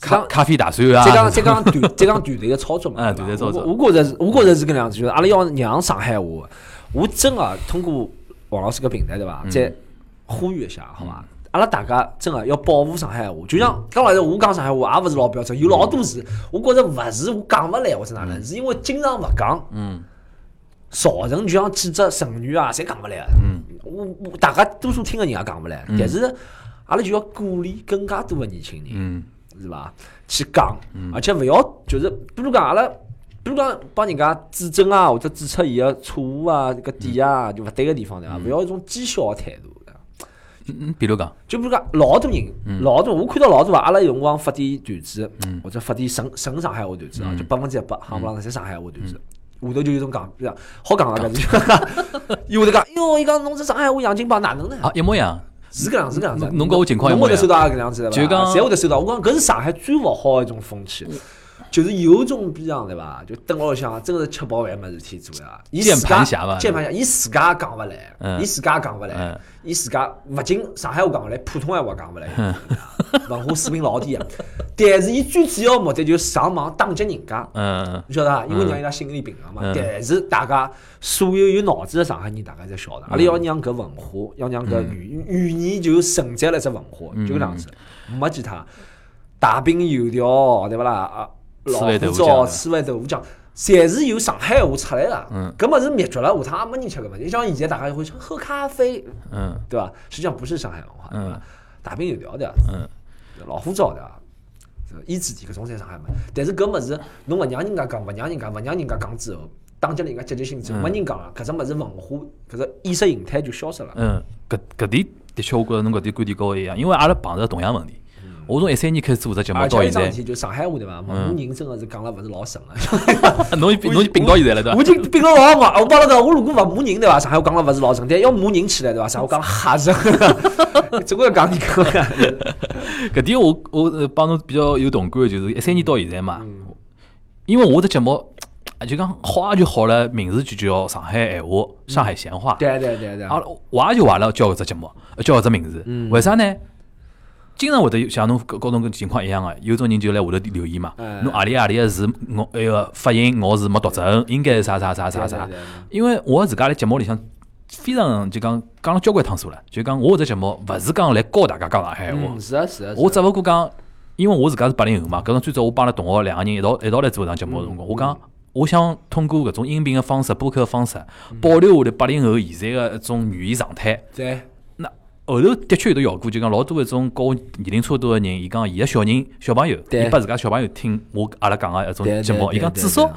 B: 咖
A: 讲。
B: 咖啡大蒜啊，
A: 再讲
B: 什
A: 再
B: 么
A: 讲团，再讲团队的操作嘛。
B: 哎
A: 对吧
B: 团队操作
A: 我我觉着是，我觉着是搿能样子，就是阿拉要让上海话，我真个通过王老师搿平台对伐，
B: 嗯
A: 再呼吁一下，好伐？阿拉大家真个要保护上海话，就像刚才我讲上海话，也勿是老标准，有老多字，我觉着勿是我讲勿来或者哪能，是因为经常勿讲。
B: 嗯
A: 造成就像几只成语啊，侪讲勿来的。我我大家多数听个人也讲勿来，但是阿拉就要鼓励更加多个年轻人，
B: 嗯
A: 是伐？去讲，而且勿要就是，比如讲阿拉，比如讲帮人家指正啊，或者指出伊个错误啊、搿点啊，就勿对个地方对伐？勿要一种讥笑个态度。对伐
B: 嗯嗯，比如讲，
A: 就比如讲，老多人，老多，我看到老多啊，阿拉有辰光发点段子，或者发点纯纯上海话段子啊，就百分之一百，夯不啷当侪上海话段子。下头就有种讲，比如讲好讲啊，搿 是，伊会头讲，哎哟，伊讲侬这上海话洋泾浜哪能呢？
B: 啊，一模一样，
A: 是搿样，是搿样子。
B: 侬侬跟我情况一
A: 侬
B: 模
A: 会
B: 一
A: 得收啊
B: 样，
A: 到搿能样子的伐？
B: 就讲嗯
A: 侪会得收到。我讲搿是上海最勿好的一种风气，就是有种逼样对伐？就蹲屋里向真的是吃饱饭没事体做呀。伊
B: 键
A: 自
B: 盘
A: 家
B: 侠吧
A: 键盘侠，伊自家也讲勿来，
B: 嗯
A: 伊自家也讲勿来
B: 嗯，
A: 伊自家勿仅上海话讲勿来，普通话也讲勿来，
B: 嗯
A: 文化水平老低啊。但是伊最主要目的就是上网打击人家。
B: 嗯，
A: 你晓得啊伐？因为让伊拉心理平衡嘛。
B: 嗯
A: 但是大家所有有脑子的上海人，大家侪晓得，
B: 嗯
A: 阿拉要让搿文化，要让搿语语言就承载了只文化，
B: 嗯
A: 就搿样子，没其他。大饼油条，对勿啦？啊，老
B: 刺猬
A: 虎
B: 豆腐
A: 糟、
B: 酱
A: 刺猬豆腐酱，侪是由上海话出来的。
B: 嗯，
A: 搿物事灭绝了，下趟也没人吃搿物事。你像现在大家会说喝咖啡，
B: 嗯
A: 对伐？实际上不是上海文化，对伐
B: 嗯
A: 大饼油条的。
B: 嗯
A: 老虎糟的啊，是吧伊自己搿种侪上海没。但是搿物事侬勿让人家讲，勿让人家，勿让人家讲之后，打击了人家积极性之
B: 嗯
A: 后，没人讲了，啊搿只物事文化搿只意识形态就消失了。
B: 嗯，搿搿点的确，我觉着侬搿点观点跟我一样，因为阿拉碰着同样问题。我从一三年开始做搿只节目
A: 而
B: 到
A: 且一
B: 现
A: 桩事
B: 在，嗯
A: 体就嗯啊上海话对伐？蒙古人真个是讲了勿是老啊顺 了，
B: 侬已经侬已经并到现在了，对
A: 我
B: 伐？
A: 已经憋了老辰光。我帮侬讲，我如果勿骂人对伐？上海话讲了勿是老顺，但要骂人起来对伐？上海话讲了吓人， 总归要讲你个。
B: 搿点我我呃帮侬比较有同感的，
A: 嗯
B: 就是一三年到现在嘛，因为我的节目啊就讲好也就好了，名字就叫上海闲话、上海闲话。
A: 对对对对，
B: 阿拉我也就怀了叫搿只节目，呃叫搿只名字。
A: 嗯
B: 为啥呢？经常会得有像侬跟跟侬搿情况一样个，有种人就来下头留言嘛
A: 哎。
B: 侬何里何里个字，我那个发音我是没读准，应该是啥啥啥啥啥
A: 对对对。
B: 因为我自家辣节目里向非常就讲讲了交关趟数了，就讲我搿只节目勿是讲来教大家讲上海闲话
A: 嗯，，是啊是啊。是啊
B: 我只勿过讲，因为我自家是八零后嘛，搿辰最早我帮阿拉同学两个人一道一道来做搿档节目个
A: 嗯
B: 辰光，我讲我想通过搿种音频个方式、播客个方式，
A: 嗯
B: 保留下来八零后现在个一种语言状态。
A: 对，
B: 那后头的确有得效果，就讲老多一种跟我年龄差不多个人，伊讲伊个小人小朋友，
A: 对
B: 伊拨自家小朋友听我阿拉讲个一
A: 对
B: 种节目，
A: 对
B: 伊讲
A: 对
B: 至
A: 对
B: 少
A: 对。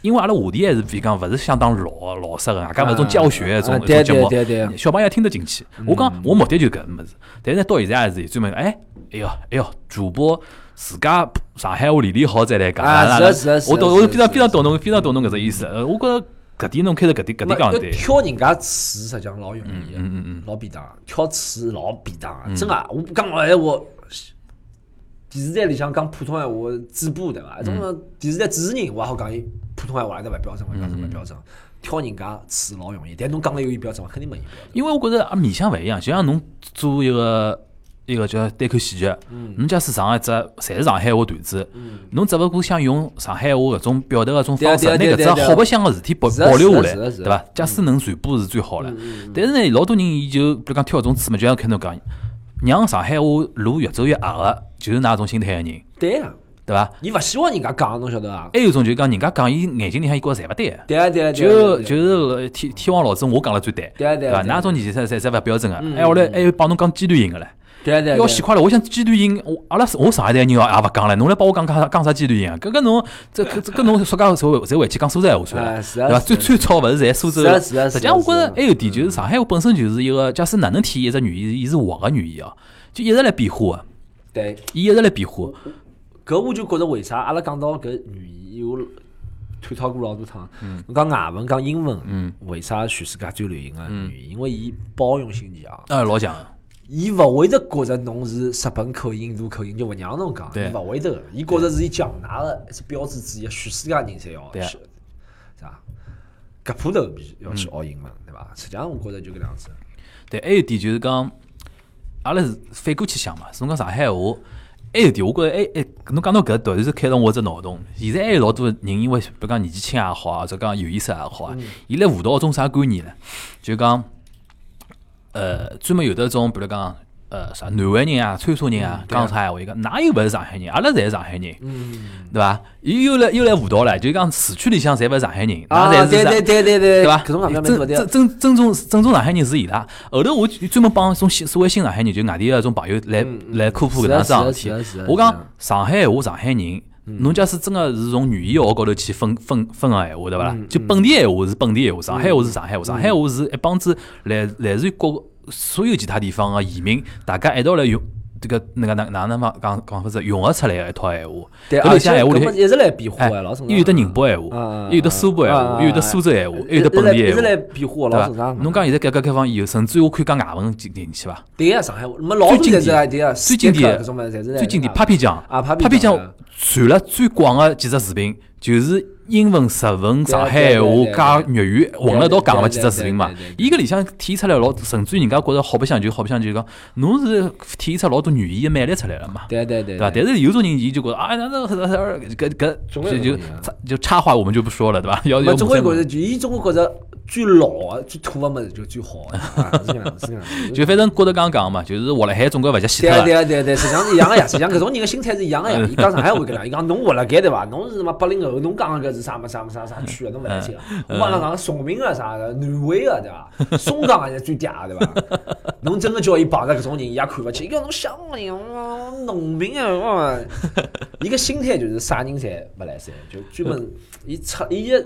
B: 因为阿拉话题还是比讲勿是相当老老实个，搿勿是种教学的一种
A: 啊
B: 一种节目
A: 对对对，对嗯
B: 小朋友听得进去。我讲我目的就搿物事，但是呢到现在还是有专门哎哎哟哎哟，主播自家上海话练练好再来讲。
A: 啊
B: 啦啦
A: 是
B: 啦
A: 的是的是的
B: 我懂，
A: 是
B: 我
A: 的
B: 非
A: 是
B: 常
A: 的
B: 非常懂侬，非常懂侬搿只意思。呃，我觉着搿点侬开头搿点搿
A: 没
B: 点讲得
A: 就
B: 对，嗯
A: 挑人家刺，实际上老容易的，啊老便当。挑刺老便当，真的。啊我讲老闲话，电视台里向讲普通闲话，主播对
B: 嗯
A: 伐？种电视台主持人我也好讲伊普通闲话，对勿标准，勿标
B: 嗯
A: 准，勿标准。挑人家刺老容易，但侬讲了有伊标准伐？肯定没伊标准。
B: 因为我觉着啊面向勿一样，就像侬做一个一个叫单口喜剧，
A: 嗯
B: 侬假使上一只侪是上海话段子，侬只勿过想用上海话搿种表达搿种
A: 对啊
B: 方式，拿
A: 嗯对啊
B: 搿
A: 对啊
B: 只
A: 对啊
B: 好白相个事体保
A: 是啊
B: 保留下来，
A: 是啊是啊嗯
B: 对伐
A: 是啊？
B: 假使能传播是最好了。但是呢，老多人伊就比如讲挑一种刺嘛，就像开头讲，让上海话路越走越矮个，就是那种心态个人，
A: 对呀，
B: 对伐？
A: 伊勿希望人家讲，侬晓得伐？
B: 还有一种就是讲人家讲伊眼睛里向伊觉着侪勿对个。
A: 对啊对啊，对啊
B: 就
A: 对啊
B: 就
A: 对啊
B: 是天天王老子，我讲了最对，
A: 对啊对啊
B: 对伐？
A: 对啊嗯
B: 哪种年纪才才才勿标准啊？哎，我来还有帮侬讲尖端音个唻，
A: 对啊对啊，
B: 要
A: 对啊
B: 死快了！我想尖端音，我阿拉我上一代人也啊也勿讲了，侬来帮我讲讲讲啥尖端音啊？搿个侬这搿搿侬说讲侪侪回去讲苏州闲话算
A: 哎
B: 了，
A: 是啊
B: 对伐？
A: 是
B: 最
A: 啊
B: 最早勿是在苏州
A: 是啊是啊是啊
B: 实际上我觉
A: 是
B: 着
A: 啊
B: 还有一点就是上海话本身就是一个，假使哪能体现一只语言，伊是活个语言哦，就一直来变化个，啊
A: 对。
B: 伊一直来变化的。
A: 搿我就觉着为啥阿拉讲到搿语言，我探讨过老多趟。侬讲外文，讲英文，为啥全世界最流行个语言？因为伊包容性强，
B: 啊，老强，
A: 伊勿会得觉着侬是日本口音、印度口音就勿让侬讲，
B: 对
A: 伊勿会得的。伊觉着是伊强大个是标志之一，全世界人侪要
B: 对
A: 学，是吧？搿破头逼要去学英文，对伐？实际上我觉着就搿能样子。
B: 对，还有一点就是讲，阿拉是反过去想嘛，是侬讲上海话。还有一点，我觉着，哎哎，侬讲到搿，突然是开动我只脑洞。现在还有老多人，因为比如讲年纪轻也好啊，或者讲有意识也好
A: 嗯
B: 啊，伊来舞蹈一种啥观念呢？就讲，呃，专门有得一种，比如讲，呃，啥南汇人啊、川沙人
A: 嗯
B: 啊，讲啥闲话，伊讲哪有勿是上海人？阿拉侪是上海人，
A: 嗯
B: 对伐？伊又来又来舞蹈了，就讲市区里向侪勿是上海人，哪
A: 啊，
B: 侪
A: 对
B: 是上
A: 对对对对，
B: 对吧？
A: 搿种外表蛮多
B: 正
A: 的
B: 正。正正宗正宗上海人是伊拉。后头我就专门帮一种新所谓新上海人，就外地的一种朋友来来科普搿
A: 是啊
B: 能桩事
A: 是
B: 体
A: 啊是啊是啊。嗯
B: 我
A: 是
B: 讲
A: 啊
B: 上海话上海人，侬假使真个是从语言学高头去分分分个闲话，对伐啦？
A: 嗯
B: 就本地闲话是本地闲话，上海话是上海话，上海话是一帮子来来自于各所有其他地方个移民，大家一道来用。这个那个哪哪能讲讲讲法子融合出来的一套闲话，
A: 对，
B: 搿
A: 而
B: 里
A: 且
B: 向闲话
A: 搿
B: 里
A: 么一直来变化
B: 哎
A: 嗯的，老正常。
B: 又有得宁波闲
A: 啊啊
B: 话，
A: 啊
B: 又有得苏北闲
A: 啊啊
B: 话，
A: 啊
B: 又有得苏州闲话，又有得
A: 一直
B: 本
A: 来
B: 地
A: 一直
B: 闲
A: 来
B: 话，
A: 变化的，
B: 对
A: 老正
B: 伐
A: 常？的。
B: 侬讲现在改革开放以后，甚至于我可以讲外文进进去伐？
A: 对呀，上海话，那么老多侪是啊，对呀，
B: 最经典
A: 搿种物事侪是来
B: 最经典
A: 啊
B: Papi 酱
A: 啊，Papi 酱
B: 酱传了最广的几只视频，就是英文、日文、
A: 对啊
B: 上海
A: 对啊对
B: 闲
A: 啊
B: 话
A: 对啊
B: 加粤语混了一道讲的几只视频嘛
A: 对啊对啊对啊对啊。
B: 伊搿里向体现出来老，甚至于人家觉着好白相就好白相，就是讲侬是体现出老多语言的魅力出来了嘛。
A: 啊对对对，
B: 对吧？但是有种人，伊就觉得啊，那那那搿搿
A: 总归有这种
B: 就就
A: 人啊
B: 插就插话，我们就不说了，对吧？要
A: 那
B: 要
A: 中国觉
B: 不
A: 着
B: 再
A: 就伊中国觉着最老的、最土的物事就最好的，啊是搿样子，是搿样子。
B: 就反正觉得刚刚嘛，就是活辣海总归勿叫死
A: 对啊
B: 脱了
A: 对。啊对啊对啊，实际上是一样的呀。实际上搿种人的心态是一样的呀。伊讲上海话搿能，伊讲侬活辣盖对伐？侬是什么八零后，侬讲的搿是啥么啥么啥啥区啊？侬勿来听啊。我帮侬讲崇明啊啥的，南汇啊对伐？松江啊是最嗲的对伐？侬真个叫伊碰着搿种人，伊也看勿起。伊讲侬乡下人，哇农民啊，哇伊个心态就是啥人侪勿来三，就专门伊出伊个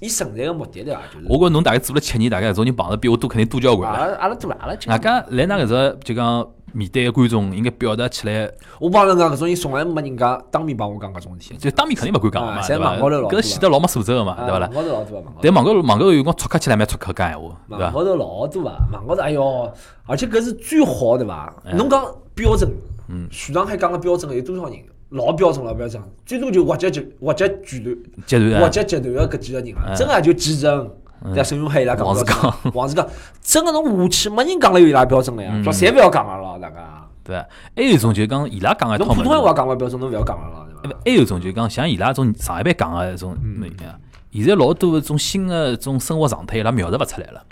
A: 伊存在个目的对伐？就是
B: 我觉着侬大概做了七年，大概搿种人碰着比我多，肯定多交关
A: 阿
B: 了。
A: 拉阿拉多了阿拉就
B: 外加来㑚搿只就讲面对的观众，应该表达起来，
A: 我帮人讲搿种人从来没人家当面帮我讲搿种事体。
B: 就当面肯定勿敢讲
A: 啊
B: 嘛，
A: 侪
B: 对伐？
A: 网高头老多
B: 搿显得老没素质个嘛，对
A: 伐
B: 伐啦？
A: 网高头老多吧，网高头
B: 但网高头网高头有辰光撮客起来蛮撮客讲闲话，对
A: 网
B: 伐？
A: 高头老多啊，网高头哎哟，而且搿是最好对伐？
B: 哎
A: 侬讲标准，嗯，徐上海讲个标准有多少人？老标准老标准，最多就活结集活结集团，
B: 集团
A: 活
B: 啊，
A: 结集团个搿几个人啊，真个也就几人。对啊，沈永海伊拉讲
B: 哎
A: 标
B: 王自
A: 准
B: 刚，
A: 王自刚，真个侬下去，没人讲了有伊拉标准了
B: 嗯
A: 呀，叫侪勿要讲了咯，大家。
B: 对伐？还有一种就是讲伊拉讲个一
A: 侬
B: 套
A: 普
B: 物
A: 通闲话
B: 事，
A: 讲勿标准，侬勿要讲了咯，对
B: 哎
A: 伐？
B: 不还有一种就是讲像伊拉种上一辈讲个一种物事啊。现在老多一种新个种生活状态，伊拉描述勿出来了。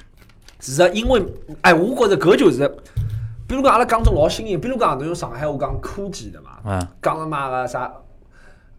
A: 是啊，因为哎，我觉着搿就是，比如讲阿拉讲种老新颖，比如讲侬用上海话讲科技对伐？
B: 嗯，
A: 讲了嘛个啥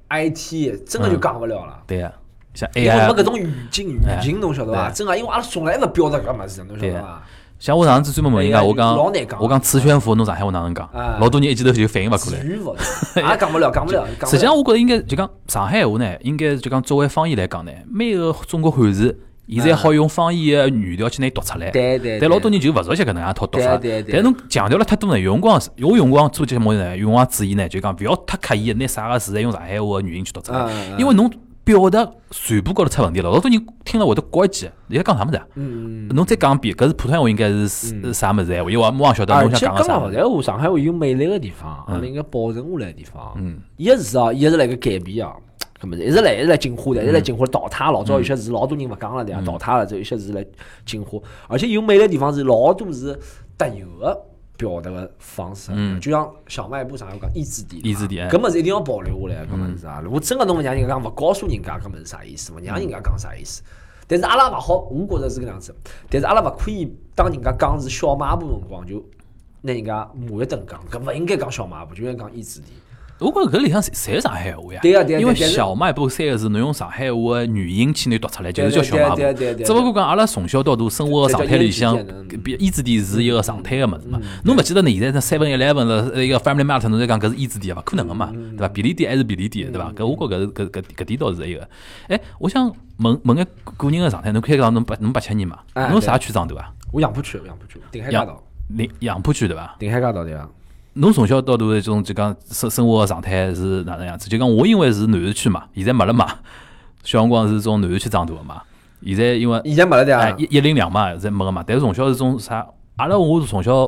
A: IT，真个就讲勿了了。
B: 对呀，像啊
A: 因为没
B: AI，
A: 搿种语境，语境侬晓得伐？
B: 对
A: 真个，因为阿拉从来勿标着搿物事，侬晓得伐？
B: 像我上次专门问人家，
A: AI
B: 我讲
A: 哎老难讲
B: 我讲磁悬浮，侬上海话哪能讲
A: 啊？
B: 老多人一记头就反应勿过来
A: 词。语 勿，也讲勿了，讲勿了，讲勿了
B: 实际上，我觉得应该就讲上海话呢，应该就讲作为方言来讲呢，每个中国汉字现在好用方言的语调去拿伊读出来。
A: 对对
B: 但老多人就勿熟悉搿能样一套读法
A: 对对。对
B: 但侬强调了太多呢，有辰光有辰光做节目呢，有辰光注意呢，就讲勿要太刻意拿啥个字用上海话的语音去读出来
A: 嗯嗯，嗯
B: 因为侬表达传播高头出问题了。老多人听了会得搞一记，你在讲啥物事啊？
A: 嗯，
B: 侬再讲一遍，搿是普通话应该是是啥物事闲话，因为我也忘晓得
A: 而
B: 侬
A: 且
B: 想
A: 讲
B: 讲个啥
A: 老
B: 物事。啊
A: 实话，上海话有魅力个地方，阿拉应该保存下来个地方。
B: 嗯，
A: 一是啊，一是辣盖改变啊，搿么一直来一直来进化的，一
B: 嗯
A: 直来进化淘汰。老早有些字老多人勿讲了对啊，淘汰了之后有些字来进化，而且有魅力个地方是老多是特有个表达个方式。啊
B: 嗯
A: 就像小卖部上海话讲意志啊地，
B: 意志地哎
A: 搿么是一定要保留下来的，搿么是啊。如果真个侬勿让人家讲，勿告诉人家搿么是啥意思，勿让人家讲啥意思。但是阿拉勿好，我觉着是搿能样子。但是阿拉勿可以当人家讲是小卖部辰光就拿人家骂一顿讲，搿勿应该讲小卖部，就应该讲意志地。
B: 我觉着搿里向侪侪是上海话呀，
A: 对啊呀对呀
B: 因为
A: 对呀
B: 小卖部三个字，侬用上海话的语音去拿读出来，就
A: 对
B: 是叫小卖
A: 对呀对呀
B: 部
A: 对呀对。呀
B: 只不过讲阿拉从小到大生活的常态里向
A: 这叫腌制，
B: 比意志地是一个常态个物
A: 嗯
B: 事嘛。侬勿记得呢？现在那 Seven Eleven 了，一个 Family Mart，侬在讲搿是意志地啊，勿可能个
A: 嗯
B: 嘛，对伐？便利店还是便利店，对伐？搿我觉着搿搿搿搿点倒是一个。哎，我想问问眼个人个状态，侬开始讲侬八侬八七年嘛，
A: 哎
B: 侬啥区长大啊？
A: 我杨浦区，杨浦区，定海街
B: 杨
A: 道，
B: 杨杨浦区对伐？
A: 定海街道对啊伐？
B: 侬从小到大的这种就讲生生活的状态是哪能样子？就讲我因为是南市区嘛，现在没了嘛。小辰光是从南市区长大的嘛，现在因为
A: 以前没了对啊
B: 哎
A: 伐？
B: 一一零两嘛，现在没个嘛。但是从小是种啥？阿拉我从小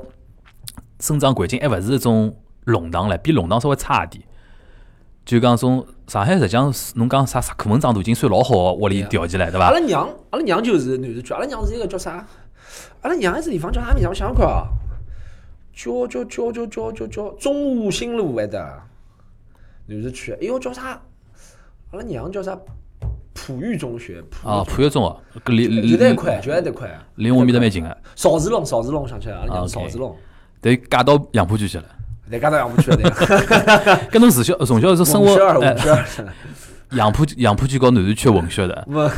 B: 生长环境还勿是一种弄堂唻，比弄堂稍微差一点。就讲从上海实际上是侬讲啥石库门长大已经算老好的屋里条件了，对
A: 啊阿
B: 伐？
A: 拉娘，阿拉娘就是南市区，阿拉娘是一个叫啥？阿拉娘一只地方叫啥名字？我想想看啊，叫叫叫叫叫叫叫中华新路还得南市区，哎哟叫啥？阿拉娘叫啥？普育中学，普
B: 啊，浦悦中学，搿离
A: 就在一
B: 离
A: 块，就在一块，
B: 离我面搭蛮近个，
A: 邵子龙，邵子龙，我想起来了，阿拉娘是邵
B: OK
A: 子龙，
B: 但嫁到杨浦区去了。
A: 在街道上不去了，对
B: 搿侬自小从小是生活
A: 五十二，
B: 哎
A: 五十二，
B: 杨浦杨浦区和南市区混血的，
A: 不，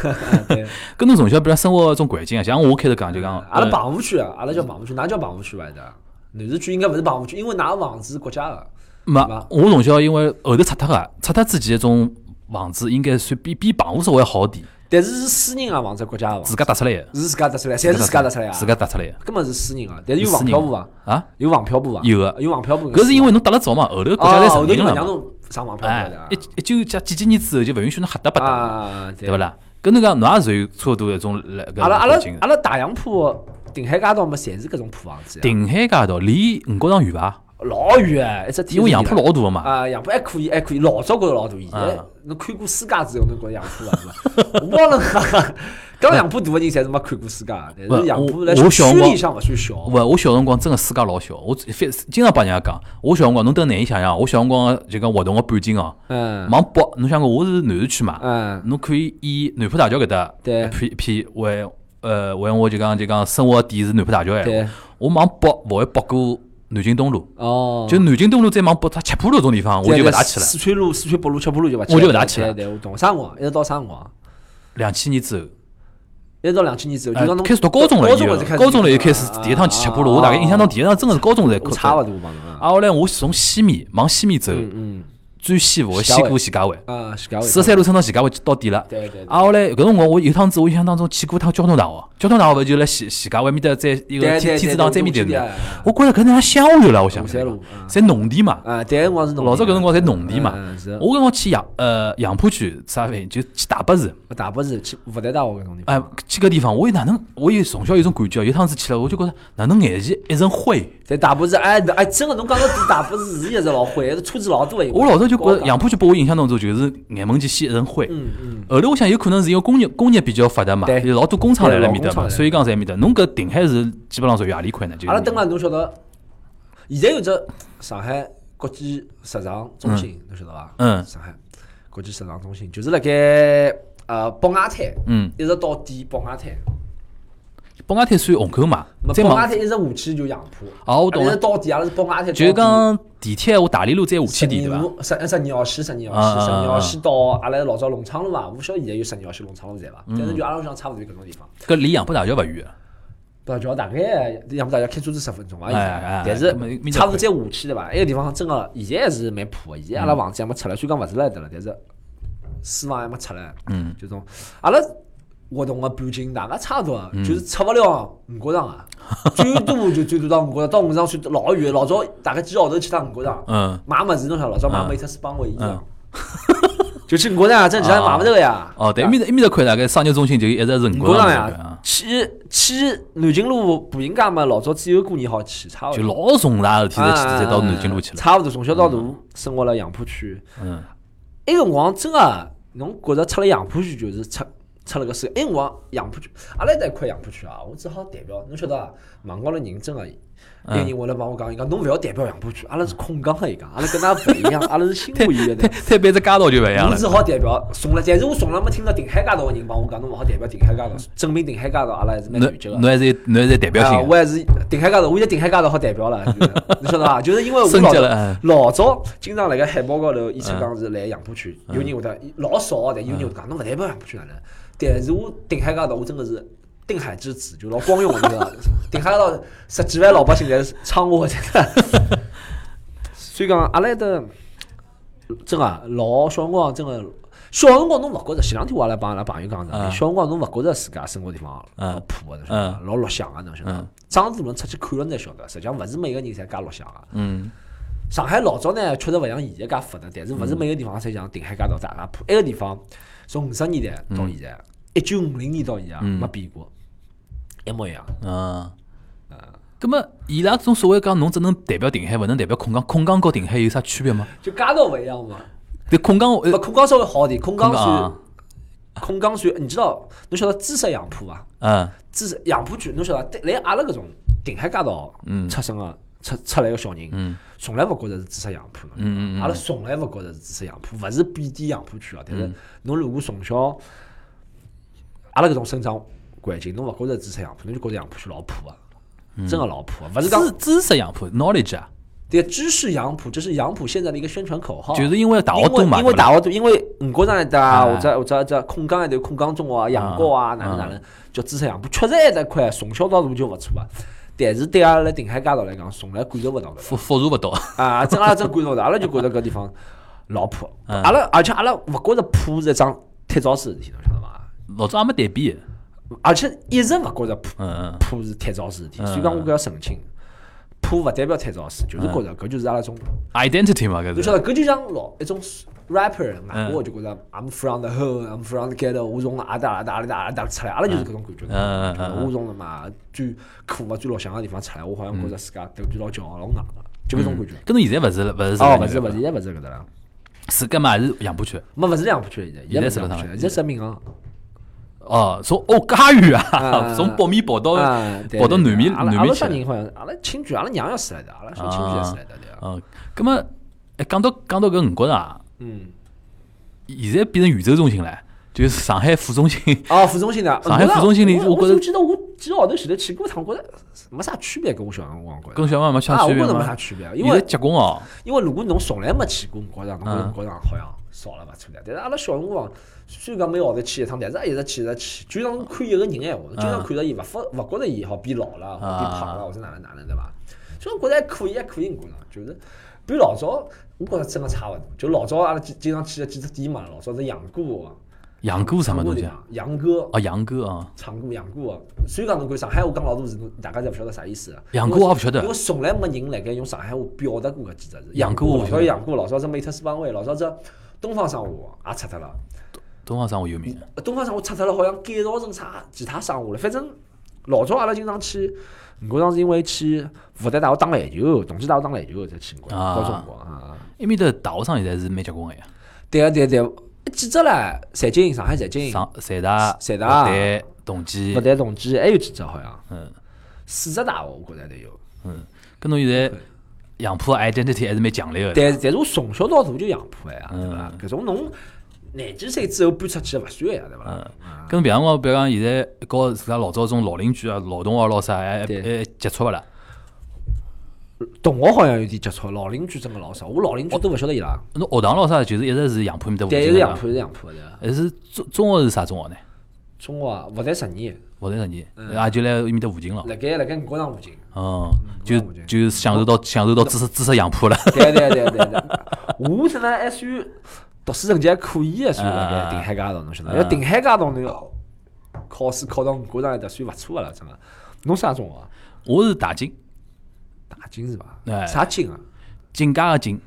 A: 对。
B: 跟侬从小比如生活的种环境啊，像我开头讲就讲，
A: 嗯阿拉
B: 呃
A: 棚户区啊，阿拉叫棚户区，㑚叫棚户区伐？对伐？南市区应该勿是棚户区，因为㑚房子是国家个。
B: 没，我从小因为后头拆脱个，拆脱之前一种房子应该算比比棚户稍微好点，
A: 但是是私人个房子，国家个
B: 自
A: 房，
B: 家搭出来的，
A: 是自家搭出来，侪是自家搭出来啊。
B: 自家搭出来的，
A: 根本是私人个，但是有
B: 私
A: 房
B: 人
A: 票部伐？
B: 啊，
A: 有房票部伐？
B: 有个
A: 有房票部。
B: 搿是因为侬搭了早嘛，后头国家
A: 哦，
B: 侪承认
A: 勿
B: 了
A: 让
B: 嘛，
A: 侬上房票部
B: 哎
A: 的啊，
B: 一一九加几几年之后就勿允许侬瞎搭八搭了，
A: 啊，
B: 对勿？啦？搿侬讲侬也属于差勿多一种来搿
A: 阿拉阿拉
B: 环境
A: 阿拉大洋铺、定海街道嘛，侪是搿种破房子呀，啊
B: 定海街道离五角场远伐？
A: 老远哎，一只地
B: 因为杨浦老大个嘛，
A: 啊，杨浦还可以，还可以，老早觉着老大，现在
B: 啊
A: 侬看过世界之后，侬觉着杨浦了啊是伐？ 我忘了，讲杨浦大个人侪是没看过世界，但是
B: 不
A: 杨浦
B: 我
A: 来
B: 我
A: 区
B: 小辰光
A: 里向勿算小，
B: 勿，我小辰光真个世界老小，我非经常帮人家讲，我小辰光侬等难以想象，我小辰光就讲活动个半径哦，
A: 嗯
B: 往北，侬想过我是南市区嘛，
A: 嗯，
B: 侬可以以南浦大桥搿搭
A: 对
B: 一片一片为呃为我就讲就讲生活点是南浦大桥哎
A: 对，
B: 我往北勿会北过南京东路，
A: 哦，
B: 就南京东路再往北，它七浦路种地方我就勿大去了。
A: 四川路、四川北路、七浦路就勿去
B: 我就勿大去了
A: 对对，我懂。啥辰光？一直到啥辰光？
B: 两千年之后，
A: 一直到两千年之后，就
B: 哎
A: 讲侬
B: 开始读高中了
A: 高
B: 已
A: 中
B: 经，
A: 了就开始，啊
B: 高中了又开始第一趟去七浦路，我大概印象当第一趟真个是高中才
A: 我差勿
B: 开。
A: 多帮侬啊。
B: 啊，后来我从西面往西面走，
A: 嗯
B: 最西我
A: 徐
B: 先
A: 家汇
B: 过徐家汇，
A: 啊，徐家汇
B: 四十三路乘到徐家汇就到底了。
A: 对对对
B: 啊，后来搿辰光我有趟子我印象当中去过趟交通大学，交通大学勿就辣徐徐家汇面搭在一
A: 对
B: 个
A: 对
B: 天
A: 对
B: 天字堂
A: 对
B: 对面
A: 对
B: 对
A: 对
B: 面
A: 对，
B: 我觉着搿能样乡下头了，我想
A: 五三路嗯
B: 侪农田嘛，
A: 啊，对，辰光是农田
B: 老早搿辰光侪农田嘛
A: 嗯嗯是。
B: 我搿辰光去杨呃杨浦区啥反应，就去大北市。
A: 大不是去复旦大学搿种地
B: 哎
A: 方，，
B: 去搿地方，我有哪能？我有从小有种感觉，有趟子去了，我就觉着哪能眼前一层灰。
A: 在大不是哎哎，真个侬讲到大不是是一直老灰，还是车子老多的。
B: 我老早就觉
A: 高
B: 着
A: 档
B: 杨浦区拨我印象当中就是眼门前先一层灰。
A: 嗯嗯，
B: 后头我想有可能是因为工业工业比较发达嘛，
A: 对
B: 有老多工厂
A: 对
B: 来了
A: 老
B: 面搭
A: 工厂
B: 嘛，
A: 来
B: 所以讲在埃面搭。侬搿定海是基本上属于何里块呢？就
A: 阿拉等了侬晓得，现在有只上海国际时尚中心，侬晓得伐？
B: 嗯
A: 上海国际时尚中心就是辣盖呃宝雅滩，
B: 嗯，
A: 一直到底宝雅滩。
B: 宝雅滩算虹口嘛
A: 那，
B: 再
A: 宝雅
B: 往
A: 滩一直下去就杨浦。
B: 哦我懂
A: 一
B: 了
A: 直到底阿拉是宝雅滩。
B: 就是讲地铁我大连路再下去点对伐？
A: 十呃十二号线，十二
B: 啊
A: 号线，
B: 啊
A: 十二
B: 啊
A: 号线到阿拉老早龙昌路伐？我勿晓得现在有十二号线龙昌路站伐？
B: 嗯
A: 但是就阿拉像差勿多搿种地方。
B: 搿离杨浦大桥勿远，
A: 大桥大概要么大家开车子十分钟伐？
B: 哎哎
A: 现在
B: 哎
A: 但是
B: 哎
A: 差不多再下去对伐？埃个地方真个现在还是蛮破个，现
B: 嗯
A: 在阿拉房子还没拆了，虽然讲勿是辣埃搭了，但是私房还没拆了。
B: 嗯，
A: 就种阿拉活动个半径大概差勿多，
B: 嗯
A: 就是拆勿了五角场 啊，最多就最多到五角场，到五角场算老远，老早大概几个号头去趟五角场。
B: 嗯，
A: 买物事侬晓得，老早买
B: 嗯
A: 美特斯邦威衣裳
B: 嗯，
A: 啊就去五角场啊，真其他买勿着个 呀。
B: 哦对，埃面搭埃面搭块大概商业中心就一直是
A: 五
B: 五
A: 角
B: 角
A: 场
B: 场
A: 呀，去去南京路步行街嘛，老早只有过年好去，差勿
B: 啊就
A: 多。
B: 老重大的事体侪去侪到南京路去
A: 啊
B: 了，
A: 差勿多从小到大生活辣杨浦区，
B: 嗯，
A: 埃辰光真个，侬觉着出了杨浦区就是出出了个事。哎埃辰光杨浦区，阿拉那块杨浦区啊，我只好代表，侬晓得啊，网高头人真个。有
B: 嗯
A: 人回来帮我讲，伊讲侬勿要代表杨浦区，阿拉是空港个伊讲，阿拉跟㑚勿一样，阿拉是新浦县 的。
B: 再别只街道就勿一样
A: 我
B: 了
A: 只。好代表从来，但是我从来没听到定海街道个人帮我讲，侬勿好代表定海街
B: 嗯
A: 道，证明定海街道阿拉还是蛮
B: 侬
A: 团结个
B: 侬。还是有侬还是有代表
A: 啊，
B: 性的，
A: 我还是定海街道，我现在定海街道好代表了，就是 你晓得伐？就是因为我
B: 升
A: 老
B: 级
A: 早
B: 了哎
A: 老早经常辣盖海报高头，伊出讲是来杨浦区，
B: 嗯
A: 有人会得老少啊，但有人会讲侬勿代表杨浦区哪能？但是我定海街道，我真的是定海之子，就老光荣的，对伐？定海街道十几万老百姓侪是唱我的，所以讲阿拉的真个老小辰光真个。小辰光侬勿觉着，前两天我阿拉帮阿拉朋友讲的，
B: 嗯
A: 小辰光侬勿觉着自家生活地方
B: 嗯
A: 老破个，侬晓得伐
B: 嗯
A: 老落相个，侬晓得伐
B: 嗯？
A: 张子伦出去看了才晓得，实际上勿是每个人侪介落相个。
B: 嗯，
A: 上海老早呢，确实勿像现在介发达，但是勿是每个地方侪像定海街道、大家铺。埃个地方从五十年代到现在，一九五零年到现在
B: 嗯
A: 没变过，一模一样。啊
B: 嗯，咁么伊拉种所谓讲侬只能代表定海，勿能代表控江，控江和定海有啥区别吗？
A: 就街道勿一样嘛，
B: 对，控江
A: 勿
B: 呃，
A: 空港稍微好点，空港
B: 控江
A: 算
B: 啊
A: 空港算，你知道侬晓得知识杨浦伐？
B: 嗯，
A: 知识杨浦区侬晓得，对来阿拉搿种定海街道
B: 嗯
A: 出生个出出来个小人，
B: 嗯
A: 从来勿觉着是知识杨浦，侬晓得
B: 嗯嗯
A: 伐
B: 嗯
A: 阿拉从来勿觉着是知识杨浦，勿是贬低杨浦区啊。但
B: 嗯
A: 是侬如果从小阿拉搿种生长环境，侬勿觉着知识杨浦，侬就觉着杨浦区老破啊，
B: 嗯
A: 真个老破啊，勿是讲
B: 知知识杨浦 knowledge 啊，
A: 对知识杨浦，这是杨浦现在的一个宣传口号啊。
B: 就是因为大学
A: 因为
B: 多嘛，
A: 因为
B: 对吧
A: 大学多，因为五角场一带啊，
B: 啊
A: 或者或者这控江一带、控江中学啊、杨高啊，哪能哪能叫知识杨浦，确实埃搭块从小到大就勿错啊。但是对阿拉定海街道来讲，从来感受勿到搿
B: 复复查勿到，
A: 个啊，真阿拉真感受勿到，阿拉就觉着搿地方老破。
B: 嗯
A: 阿拉而且阿拉勿觉着破是一桩太早子事体，侬晓得伐？
B: 老早也没对比的，
A: 而且一直勿觉着破
B: 嗯嗯
A: 破是太早事体，所以讲我搿要澄清，破勿代表太早事，就是觉着搿就是阿拉种，
B: ，identity 嘛，搿
A: 侬晓
B: 是，
A: 得搿就像老一种 rapper，外
B: 嗯
A: 国就觉着 I'm from the hole，I'm from the ghetto，我从阿达阿达阿达阿达出来，阿拉就是搿种感觉。
B: 嗯嗯嗯嗯
A: 我从什么最苦啊、最老乡个地方出来，我好像觉着自家斗志老骄傲、老硬个，就搿种感觉。
B: 搿侬现在勿是了，勿是
A: 哦，
B: 勿
A: 勿是勿是，，现在勿是搿搭了，
B: 是搿嘛还是杨浦区？
A: 没勿是两浦区了，现在现在勿是两浦区了，现在是闵行。
B: 哦，从哦介远啊，
A: 啊
B: 从北面跑到
A: 啊，对
B: 哦跑到
A: 对
B: 南
A: 对
B: 面
A: 阿拉
B: 南
A: 阿
B: 面
A: 拉
B: 去
A: 乡
B: 了。
A: 人好像，阿拉亲眷，阿拉娘要死来的，阿拉说亲眷要死来的，对啊。
B: 哦，葛么，哎，讲到讲到搿五角场，
A: 嗯，
B: 现在变成宇宙中心了，就是上海副中心。
A: 哦，府中心的，
B: 上海府中心里
A: 我
B: 我觉得
A: 我记得我几个号头前头去过一趟，我觉着没啥区别，跟我小辰光觉着。
B: 跟小妈妈相
A: 啊，我
B: 区别
A: 觉着没啥
B: 吗？
A: 区别，因
B: 现在
A: 为
B: 结棍哦，
A: 因为如果侬从来没去过五角场，侬觉着
B: 嗯
A: 五角场好像少了勿错的。但是阿拉小辰光虽然讲每个号头去一趟，但是也一直去一直去，就像看一个人闲话，经常看着伊，勿发勿觉着伊好变老了，
B: 啊
A: 或者变胖了，或者哪能哪能对伐？就觉着还可以，还可以，我觉着就是比老早，我觉着真个差勿多。就老早阿拉经经常去的几只店嘛，老早是杨过啊，
B: 杨哥什么东西啊？
A: 啊，杨哥。
B: 哦，杨哥啊，
A: 唱歌杨歌啊，所以讲侬看上海话讲老多字，侬大家侪勿晓得啥意思啊。
B: 杨歌我也勿晓得
A: 因为从来没人辣盖用上海话表达过搿几只字。
B: 杨歌
A: 歌
B: 我
A: 老
B: 晓
A: 早
B: 得
A: 杨歌，老早只美特斯邦威，老早只东方生活也出脱了。呃
B: 东方生活有名啊的。
A: 东方生活出脱了，好像改造成啥其他生活了。反正老早阿拉经常去，五角场是因为去复旦大学打篮球，同济大学打篮球才去过，
B: 啊
A: 高中辰光啊。
B: 埃面的大学生现在是蛮结棍个呀，
A: 对啊对啊对啊，几只唻？财经，上海财经，
B: 上财大、
A: 财大
B: 复旦、同济
A: 复，旦同济，还有几只好像
B: 嗯
A: 四只大学，我觉着得有。
B: 嗯，跟侬现在杨浦的 identity 还是蛮强烈个。
A: 但但是我从小到大就杨浦哎呀，对伐
B: 嗯？
A: 搿种侬廿几岁之后搬出去勿算呀，对伐？
B: 嗯，跟别个辰光，比如讲现在和自家老早种老邻居啊、老同学咯啥，还还
A: 对
B: 还接触勿啦？
A: 同学好像有点接触，老邻居真个老少，我老邻居都勿晓得伊拉。
B: 侬学堂咯啥，就是一直是杨浦面搭附
A: 对，
B: 近
A: 是
B: 的
A: 杨
B: 嘛
A: 浦，是杨浦的，
B: 还是中中学是啥中学呢？
A: 中学啊，复旦实验，
B: 复旦实验，
A: 嗯
B: 也就来埃面搭附近了。
A: 辣盖辣盖五角场附 近。
B: 嗯，
A: 就嗯
B: 就
A: 我觉得
B: 就享受到享受到知识知识养铺了。
A: 对对对对对，我是呢还算读书成绩还可以的，算辣
B: 嗯
A: 盖定海街道，侬晓得伐？要定海街道侬要考试考到五角场，还得算勿错个了，真个。侬啥中学啊？
B: 我是大金，
A: 大金是伐
B: 哎？
A: 啥金啊？
B: 金家的金，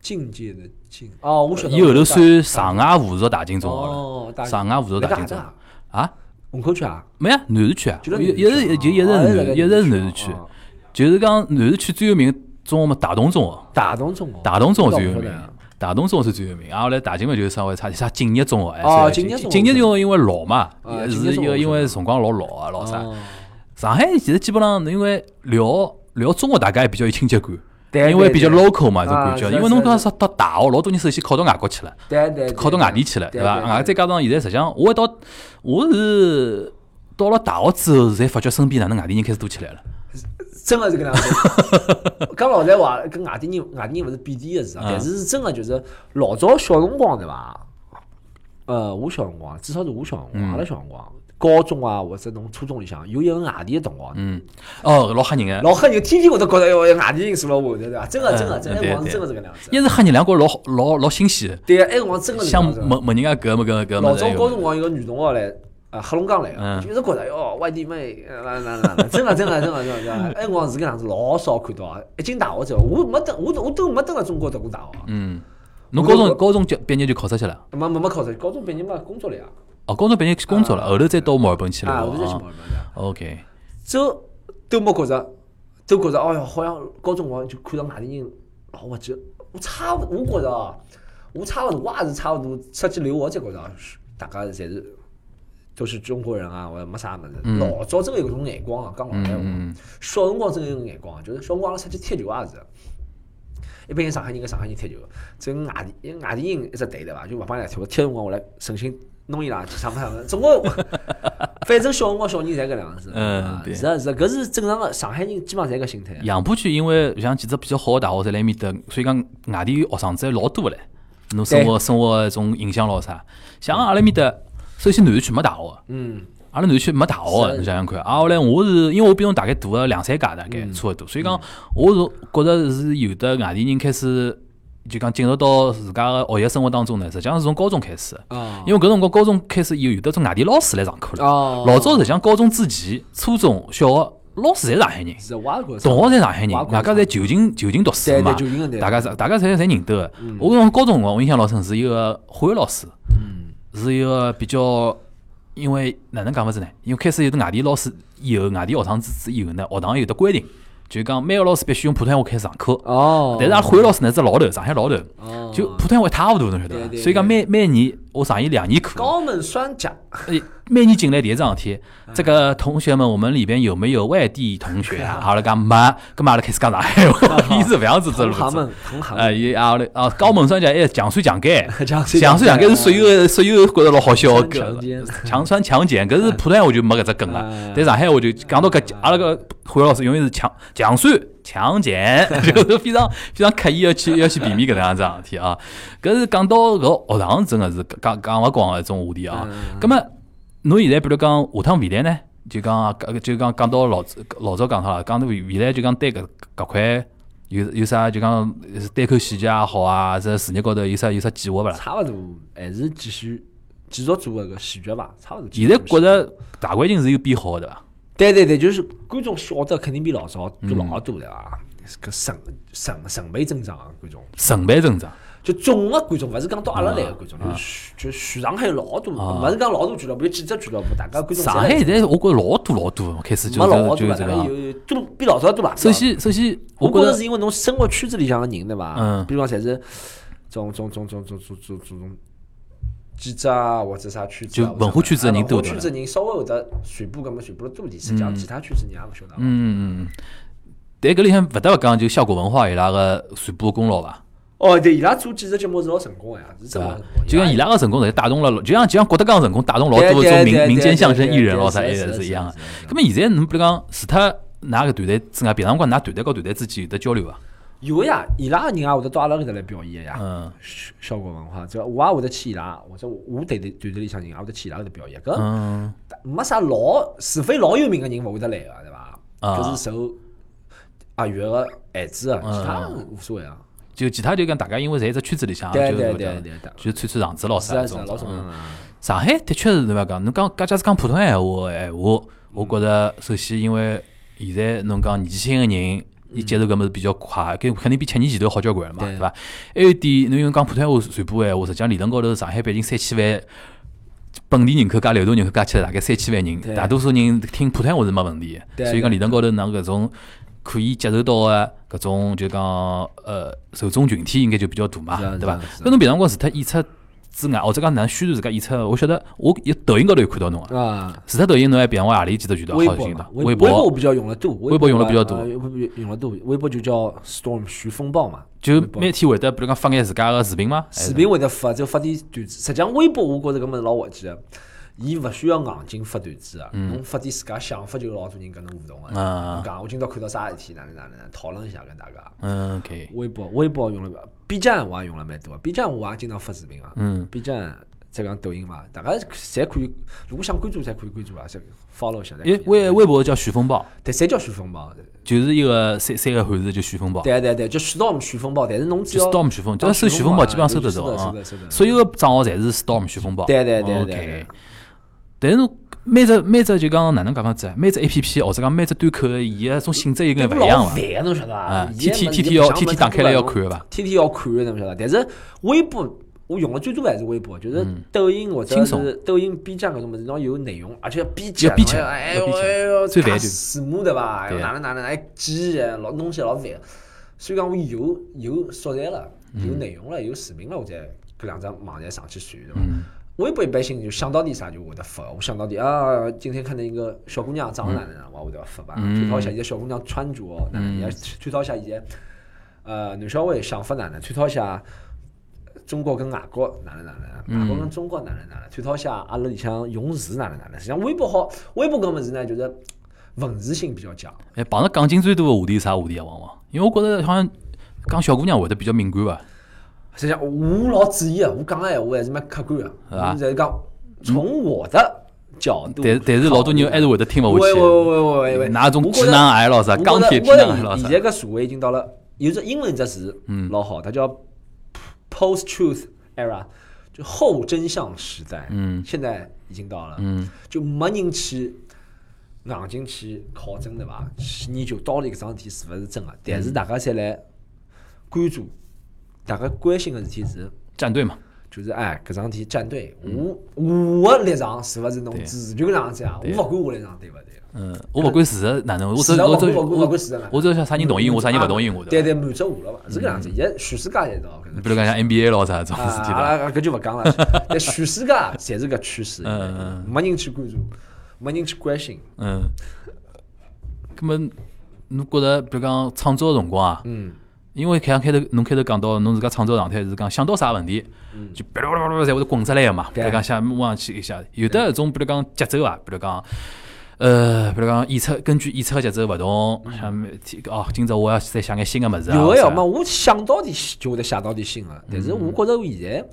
A: 境界的境。哦，我晓得。
B: 伊后头算上海附属大金中学了。
A: 哦，大
B: 上海附属大金中学
A: 哪
B: 啊，
A: 虹口区啊，
B: 没呀，南市区啊，
A: 就
B: 一
A: 辣南市区
B: 一直就一直
A: 哦
B: 是
A: 辣盖
B: 南一直是
A: 南
B: 南
A: 市
B: 市
A: 区
B: 区
A: 哦，
B: 就是讲南市区最有名中学嘛，大同中学。
A: 大同中学，
B: 大同中学最有
A: 我不晓哦
B: 名
A: 得，
B: 大同中学是最有名。啊，后来大金嘛就是稍微差点，啥敬业中学哎，
A: 哦
B: 是
A: 敬业中学
B: 敬业中学因为老嘛，
A: 啊
B: 也
A: 敬业中
B: 是一
A: 学
B: 个因为
A: 是
B: 辰光老老啊，老啥。
A: 哦
B: 上海其实基本上因为聊聊中学，大家也比较有亲切感，
A: 对
B: 因为
A: 对
B: 比较
A: 对
B: local 嘛，这种
A: 啊
B: 感觉。
A: 是
B: 因为侬
A: 是
B: 到
A: 是
B: 到大学，老多人首先考到外国去了，
A: 对对，对
B: 考到外地去了，
A: 对
B: 对伐？
A: 对对
B: 啊，再加上现在实际上，我一到我是到了大学之后，才发觉身边哪能外地人开始多起来了。
A: 真的是搿能样子。讲老实话，跟外地人外地人勿是贬低个
B: 嗯
A: 事啊，但是是真的就是老早小辰光对伐？呃，我小辰光，至少是我小辰
B: 嗯
A: 光，阿拉小辰光，高中啊或者侬初中里向有一个外地的同学，
B: 嗯，哦，老吓人个，
A: 老黑人天天会得觉着哟，外地人坐辣我后头对伐？真的真的，
B: 嗯
A: 真的，那
B: 对
A: 辰光是
B: 对
A: 真的是搿能样子
B: 一。是吓人，两个老好老老新鲜的。
A: 对啊，那辰光真的是搿
B: 像
A: 能样子。
B: 问问人家搿么搿搿
A: 老早
B: 么子哎
A: 高
B: 呦，
A: 中光有个女同学来，啊，黑龙江来的，
B: 嗯
A: 就是觉着哟，外地妹，呃哪哪哪哪，真的真的真的真的真的，那辰光是搿样子，老少看到啊。一进大学之后，我没登，我都我都没登了中国读过大学，
B: 嗯，侬
A: 我
B: 高
A: 都
B: 中高中就毕业就考出去了，
A: 没没没考出去，高中毕业嘛，工作了呀，
B: 哦，高中毕业去工作了，
A: 啊
B: 后头再到墨尔本去了
A: 啊，
B: 哦
A: 我就在去墨尔本了，
B: OK，
A: 之后都没觉着，都觉着，哎哟，好像高中光就看到外地人，老滑稽，我差勿，我觉着啊，我差勿多，我也是差勿多出去留学才觉着啊，大家侪是。都是中国人啊，我也没啥么子。
B: 嗯
A: 老早真的有搿种眼光啊，讲老
B: 嗯
A: 闲话。
B: 嗯，
A: 小辰光真的有眼光，啊就是小辰光阿拉出去踢球也是，一般性上海人跟上海人踢球，只有外地因为外地人一只队对伐？就勿帮伊拉踢，我踢辰光我来诚心弄伊拉去上班上班，总 归反正小辰光小人侪搿样子，
B: 嗯
A: 啊
B: 对
A: 是啊是啊，搿是正常个上海人基本上侪搿心态啊
B: 嗯。杨浦区因为像几只比较好的大学在辣埃面搭，所以讲外地学生子还老多个唻，侬生活生活一种影响咯啥，像阿拉埃面搭，首先南市区没大学啊个。
A: 嗯，
B: 阿拉南区没大学
A: 是
B: 个，侬想想看。啊，后来我是因为我比侬大概
A: 嗯
B: 大个两三届，大概差勿多，所以讲我是觉着是有的外地人开始就讲进入到自家个学习生活当中呢，实际上是从高中开始的，
A: 啊
B: 因为搿辰光高中开始以后，有得种外地老师来上课了。
A: 哦，
B: 老早实际上高中之前，初中小学老师侪上海人，
A: 是外国
B: 同学侪上海人，
A: 外国
B: 外加侪就近就近读书
A: 对
B: 嘛
A: 对，嗯就，应该
B: 大家大家侪侪认得的。我从高中辰光，我印象老深是一个化学老师，
A: 嗯
B: 是一个比较，因为哪能讲法子呢？因为开始有得外地老师以后，外地学生之子以后呢，学堂有得规定，就是讲每个老师必须用普通话开始上课。
A: 哦，
B: 但是阿拉化学老师呢是老头，上海老头，
A: 哦
B: 就普通话一塌糊涂，侬晓得
A: 对
B: 伐？
A: 对
B: 所以讲每每年我上伊两年课，
A: 高锰酸钾
B: 哎，每年进来第一桩事体，
A: 嗯
B: 这个同学们，我们里边有没有外地同学啊？阿拉讲没，咁嘛阿拉开始讲上海 话，伊是搿样子走
A: 同
B: 路
A: 行
B: 子。
A: 们同行
B: 哎，伊阿拉啊，高锰酸钾哎，强酸强钾，
A: 强酸
B: 强酸强钾是所有的所有觉得老好笑
A: 强
B: 个
A: 强嗯奸，
B: 强酸强碱，搿是普通话就没搿只梗了
A: 哎。
B: 但上海话就讲到搿，阿拉个化学老师永远是强强酸强碱，就是非常非常刻意要去要去避免搿能样子事体啊。搿是讲到搿学堂真个是讲讲勿光个一种话题啊。
A: 嗯
B: 咁么，侬现在比如讲下趟未来呢，就讲啊搿就讲讲到老早老早讲哈，讲到未未来就讲对搿搿块有有啥就讲是单口喜剧也好啊，这事业高头有啥有啥计划勿啦？
A: 差勿多，还是继续继续做一个喜剧吧，差勿多。
B: 现在觉着大环境是有变好的伐？
A: 对对对，就是观众晓得肯定比老早多
B: 嗯
A: 老多啊对伐？搿成成成倍增长啊，观众，
B: 成倍增长，
A: 就总个观众，勿是讲到阿拉来个观众，就是就全上海有老多，
B: 啊
A: 勿是讲老多俱乐部，有几只俱乐部，大家观众
B: 上海现在我觉着老多老多开始就
A: 没老
B: 是
A: 多
B: 就
A: 吧，
B: 是
A: 大
B: 这
A: 概
B: 个啊。
A: 有多比老早多吧。
B: 首先首先，
A: 我
B: 觉
A: 觉着
B: 着
A: 是因为侬生活圈子里向个人对伐？
B: 嗯
A: 比方侪是种种种种种种种种种记者啊或者啥圈子啊，
B: 就文化圈子的人多嗯
A: 文化圈子的人稍微会得传播搿么传播了多点，实际上其他圈子人也勿晓得。
B: 嗯嗯嗯，但搿里向勿得勿讲，就效果文化伊拉个传播功劳伐？
A: 哦，对，伊拉做几只节目是老成功个呀，是真
B: 对
A: 的
B: 伐
A: 成功。？
B: 就像伊拉个成功，实际带动了，就像就像郭德纲成功带动老
A: 对
B: 多搿
A: 对
B: 种
A: 对
B: 民民
A: 对
B: 间相
A: 对
B: 声艺
A: 对
B: 人
A: 对
B: 咯
A: 是
B: 啥，
A: 的
B: 也
A: 是的
B: 是
A: 是
B: 一
A: 的
B: 样个
A: 是的是。的
B: 咁么现在侬比如讲，除脱㑚个团队之外，别辰光㑚团队和团队之间有得交流啊伐？
A: 有个呀，伊拉个人也会得到阿拉搿搭来表演个呀。
B: 嗯
A: 效效果文化，就啊我也会得去伊拉，或者我队队队队里向人也会得去伊拉搿搭表演。搿
B: 嗯，
A: 没啥老，除非老有名个人勿会得来个，对伐？
B: 啊嗯
A: 搿是受阿月个限制个，其他无所谓啊。
B: 就其他就讲大家因为在一只圈子里向，就
A: 对对
B: 搿
A: 对
B: 种
A: 对对，
B: 就穿穿场子咯
A: 是
B: 啥
A: 啊
B: 搿
A: 是啊，
B: 种
A: 老。正
B: 嗯
A: 常啊。
B: 上海的确是对伐？讲，侬讲，假假使讲普通闲话的闲话，我
A: 嗯
B: 觉着首先因为现在侬讲年纪轻个人，伊接受搿物事比较快，搿肯定比七年前头好交关了嘛，
A: 对
B: 对伐？还有一点，侬用讲普通闲话传播闲话，实际上理论高头，上海毕竟三千万。本地人口加流动人口加起来大概三千万
A: 对
B: 人，大多数人听普通话是没问题
A: 对
B: 的，所以讲理论高头，㑚搿种可以接受到的搿种就讲呃受众群体应该就比较大嘛
A: 是啊，
B: 对伐
A: 是啊是？啊
B: 搿侬平常光除脱演出之外，哦或者讲哪能宣传自家演出，我晓得我有抖音高头有看到侬啊。
A: 啊，
B: 除脱抖音，侬还平常话何里几只渠道
A: 微
B: 好
A: 博
B: 寻
A: 嘛
B: 到？，
A: 微博
B: 博
A: 我比较用了多，
B: 微博用得比较多
A: 啊微博用了多，微博就叫 storm 徐风暴嘛。
B: 就
A: 微博
B: 每天会得，比如讲发眼自家个视频吗？还是
A: 视频会得发，就发点段子。实际上微博我觉着搿物事老滑稽个，伊勿需要硬劲发段子啊，侬发点自家想法就老多人跟侬互动个。
B: 啊
A: 侬讲我今朝看到啥事体，哪能哪能哪能讨论一下跟大家。
B: 嗯，OK，
A: 微博微博用了，B 站我也用了蛮多，B 啊站我也经常发视频啊。
B: 嗯
A: ，B 站再讲抖音嘛，大家侪可以，如果想关注侪可以关注啊，先 follow 一下。
B: 诶，微微博叫徐风暴，
A: 对，侪叫徐风暴。
B: 就是一个三三个汉字就徐风暴，
A: 对对啊对，就 storm 徐风暴，但是侬只
B: 就
A: 要
B: Storm 徐风，只要搜徐
A: 风
B: 风
A: 暴
B: 暴
A: 啊
B: 基本上搜得
A: 搜
B: 到
A: 得搜
B: 啊
A: 得搜得。到
B: 所有个账号侪是 Storm 徐风暴。
A: 对啊对对对
B: OK
A: 对。
B: 但是侬每只每只就讲哪能讲法子啊？每只 A P P 或者讲每只端口，伊个种性质应该勿一样
A: 老
B: 伐？
A: 烦个，侬晓得伐
B: 啊？
A: 现在
B: 天
A: 物
B: 天
A: 事
B: 天天要
A: 白相
B: 天天
A: 物事太
B: 打开来
A: 多
B: 要
A: 了
B: 看个伐
A: 天天要看个，侬晓得伐？但是微博我用的最多还是微博，就是抖音或者
B: 嗯轻松
A: 是抖音、B 站搿种物事，侬要有内容，而且要编辑啊，
B: 要编辑
A: 侬哎呦
B: 要编辑
A: 哎呦，
B: 最烦就
A: 字幕对伐？哎呦
B: 对
A: 哪
B: 啊
A: 能哪能，哎记啊，老弄起来老烦。所以讲我有有素材了，有内容了，有视频了，我再搿两张网站上去传，对伐？微博一般性就想到点啥就会得发，我想到点啊，今天看到一个小姑娘长得哪能哪能，我会得发吧，
B: 嗯
A: 吐槽一下现在小姑娘穿着哦，哪能，也吐槽一下现在呃男小孩想法哪能，吐槽一下中国跟外国哪能哪能，外国跟中国哪能哪能，探讨一下阿拉里向用词哪能哪能。实际上微博好，微博搿物事呢，就是文字性比较强。
B: 哎，碰着讲劲最多个话题是啥话题啊？往往，因为我觉着好像讲小姑娘会得比较敏感伐？
A: 实际上我老注意个，我啊讲个闲话还是蛮客观个。
B: 是吧
A: 我就是讲从我的角度考虑
B: 但
A: 的，
B: 但是老多人还是会得听勿下
A: 喂喂
B: 去
A: 喂喂喂喂，
B: 哪种
A: 我觉
B: 直
A: 得
B: 男癌咯啥
A: 我觉得
B: 啊钢铁直
A: 我觉得
B: 男癌咯
A: 现
B: 啥
A: 现
B: 嗯
A: 在个社会已经到了，有只英文只词，老好，它叫 post truth era，就后真相时代，
B: 嗯
A: 现在已经到了，
B: 嗯
A: 就没人去硬劲去考证对伐？去研究到底搿桩事体是勿是真
B: 嗯
A: 个？但是大家侪来关注，大家关心个事体是。
B: 战队嘛，
A: 就是哎，搿桩事体站队，我我个立场是勿是侬
B: 嗯对
A: 支持？就搿能样子啊，我勿管我立场对勿对。
B: 嗯，我勿管事实哪能，我只
A: 是的
B: 我只
A: 我我我
B: 我
A: 我是的
B: 我只要啥人同意我，啥人勿同意
A: 嗯
B: 我
A: 啊对
B: 对伐。嗯
A: 对，满足我了伐？是搿样子，现在全世界侪到搿
B: 你
A: 能
B: 比如讲像 NBA 咯啥这种事
A: 啊，
B: 体的，
A: 阿拉搿就勿讲了。 但全世界侪是搿趋势，
B: 嗯嗯
A: 没人去关注，没人去关心。
B: 嗯。咁么，侬觉着比如讲创作个辰光啊，
A: 嗯，
B: 因为开开头侬开头讲到侬自家创作状态是讲想到啥问题，就哔哩哔哩哔哩侪会得滚出来个嘛。比
A: 对啊
B: 如讲想往上去一下，有的种比如讲节奏啊，比如讲。呃，比如讲演出，根据演出个节奏勿同，像每天哦，今朝我要再想眼新个物事啊。嗯
A: 有个
B: 或者
A: 要么我想到底就会得写到底新个，但是我觉着现在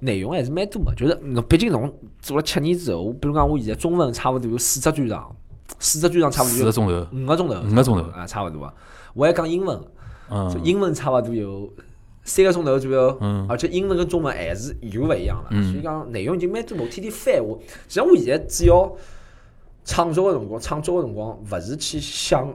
A: 内容还是蛮多嘛。就是侬毕竟侬做了七年之后，我比如讲我现在中文差勿多有四只专场，四只专场差勿多
B: 四
A: 有
B: 个钟头，
A: 五个钟头，
B: 五个钟头
A: 啊，差勿多啊。我还讲英文，
B: 嗯，
A: 英文差勿多有三个钟头左右
B: 嗯，
A: 而且英文跟中文还是有勿一样了，
B: 嗯
A: 所以讲内容已经蛮多了，我天天翻我。实际上我现在只要创作个辰光，创作个辰光勿是去想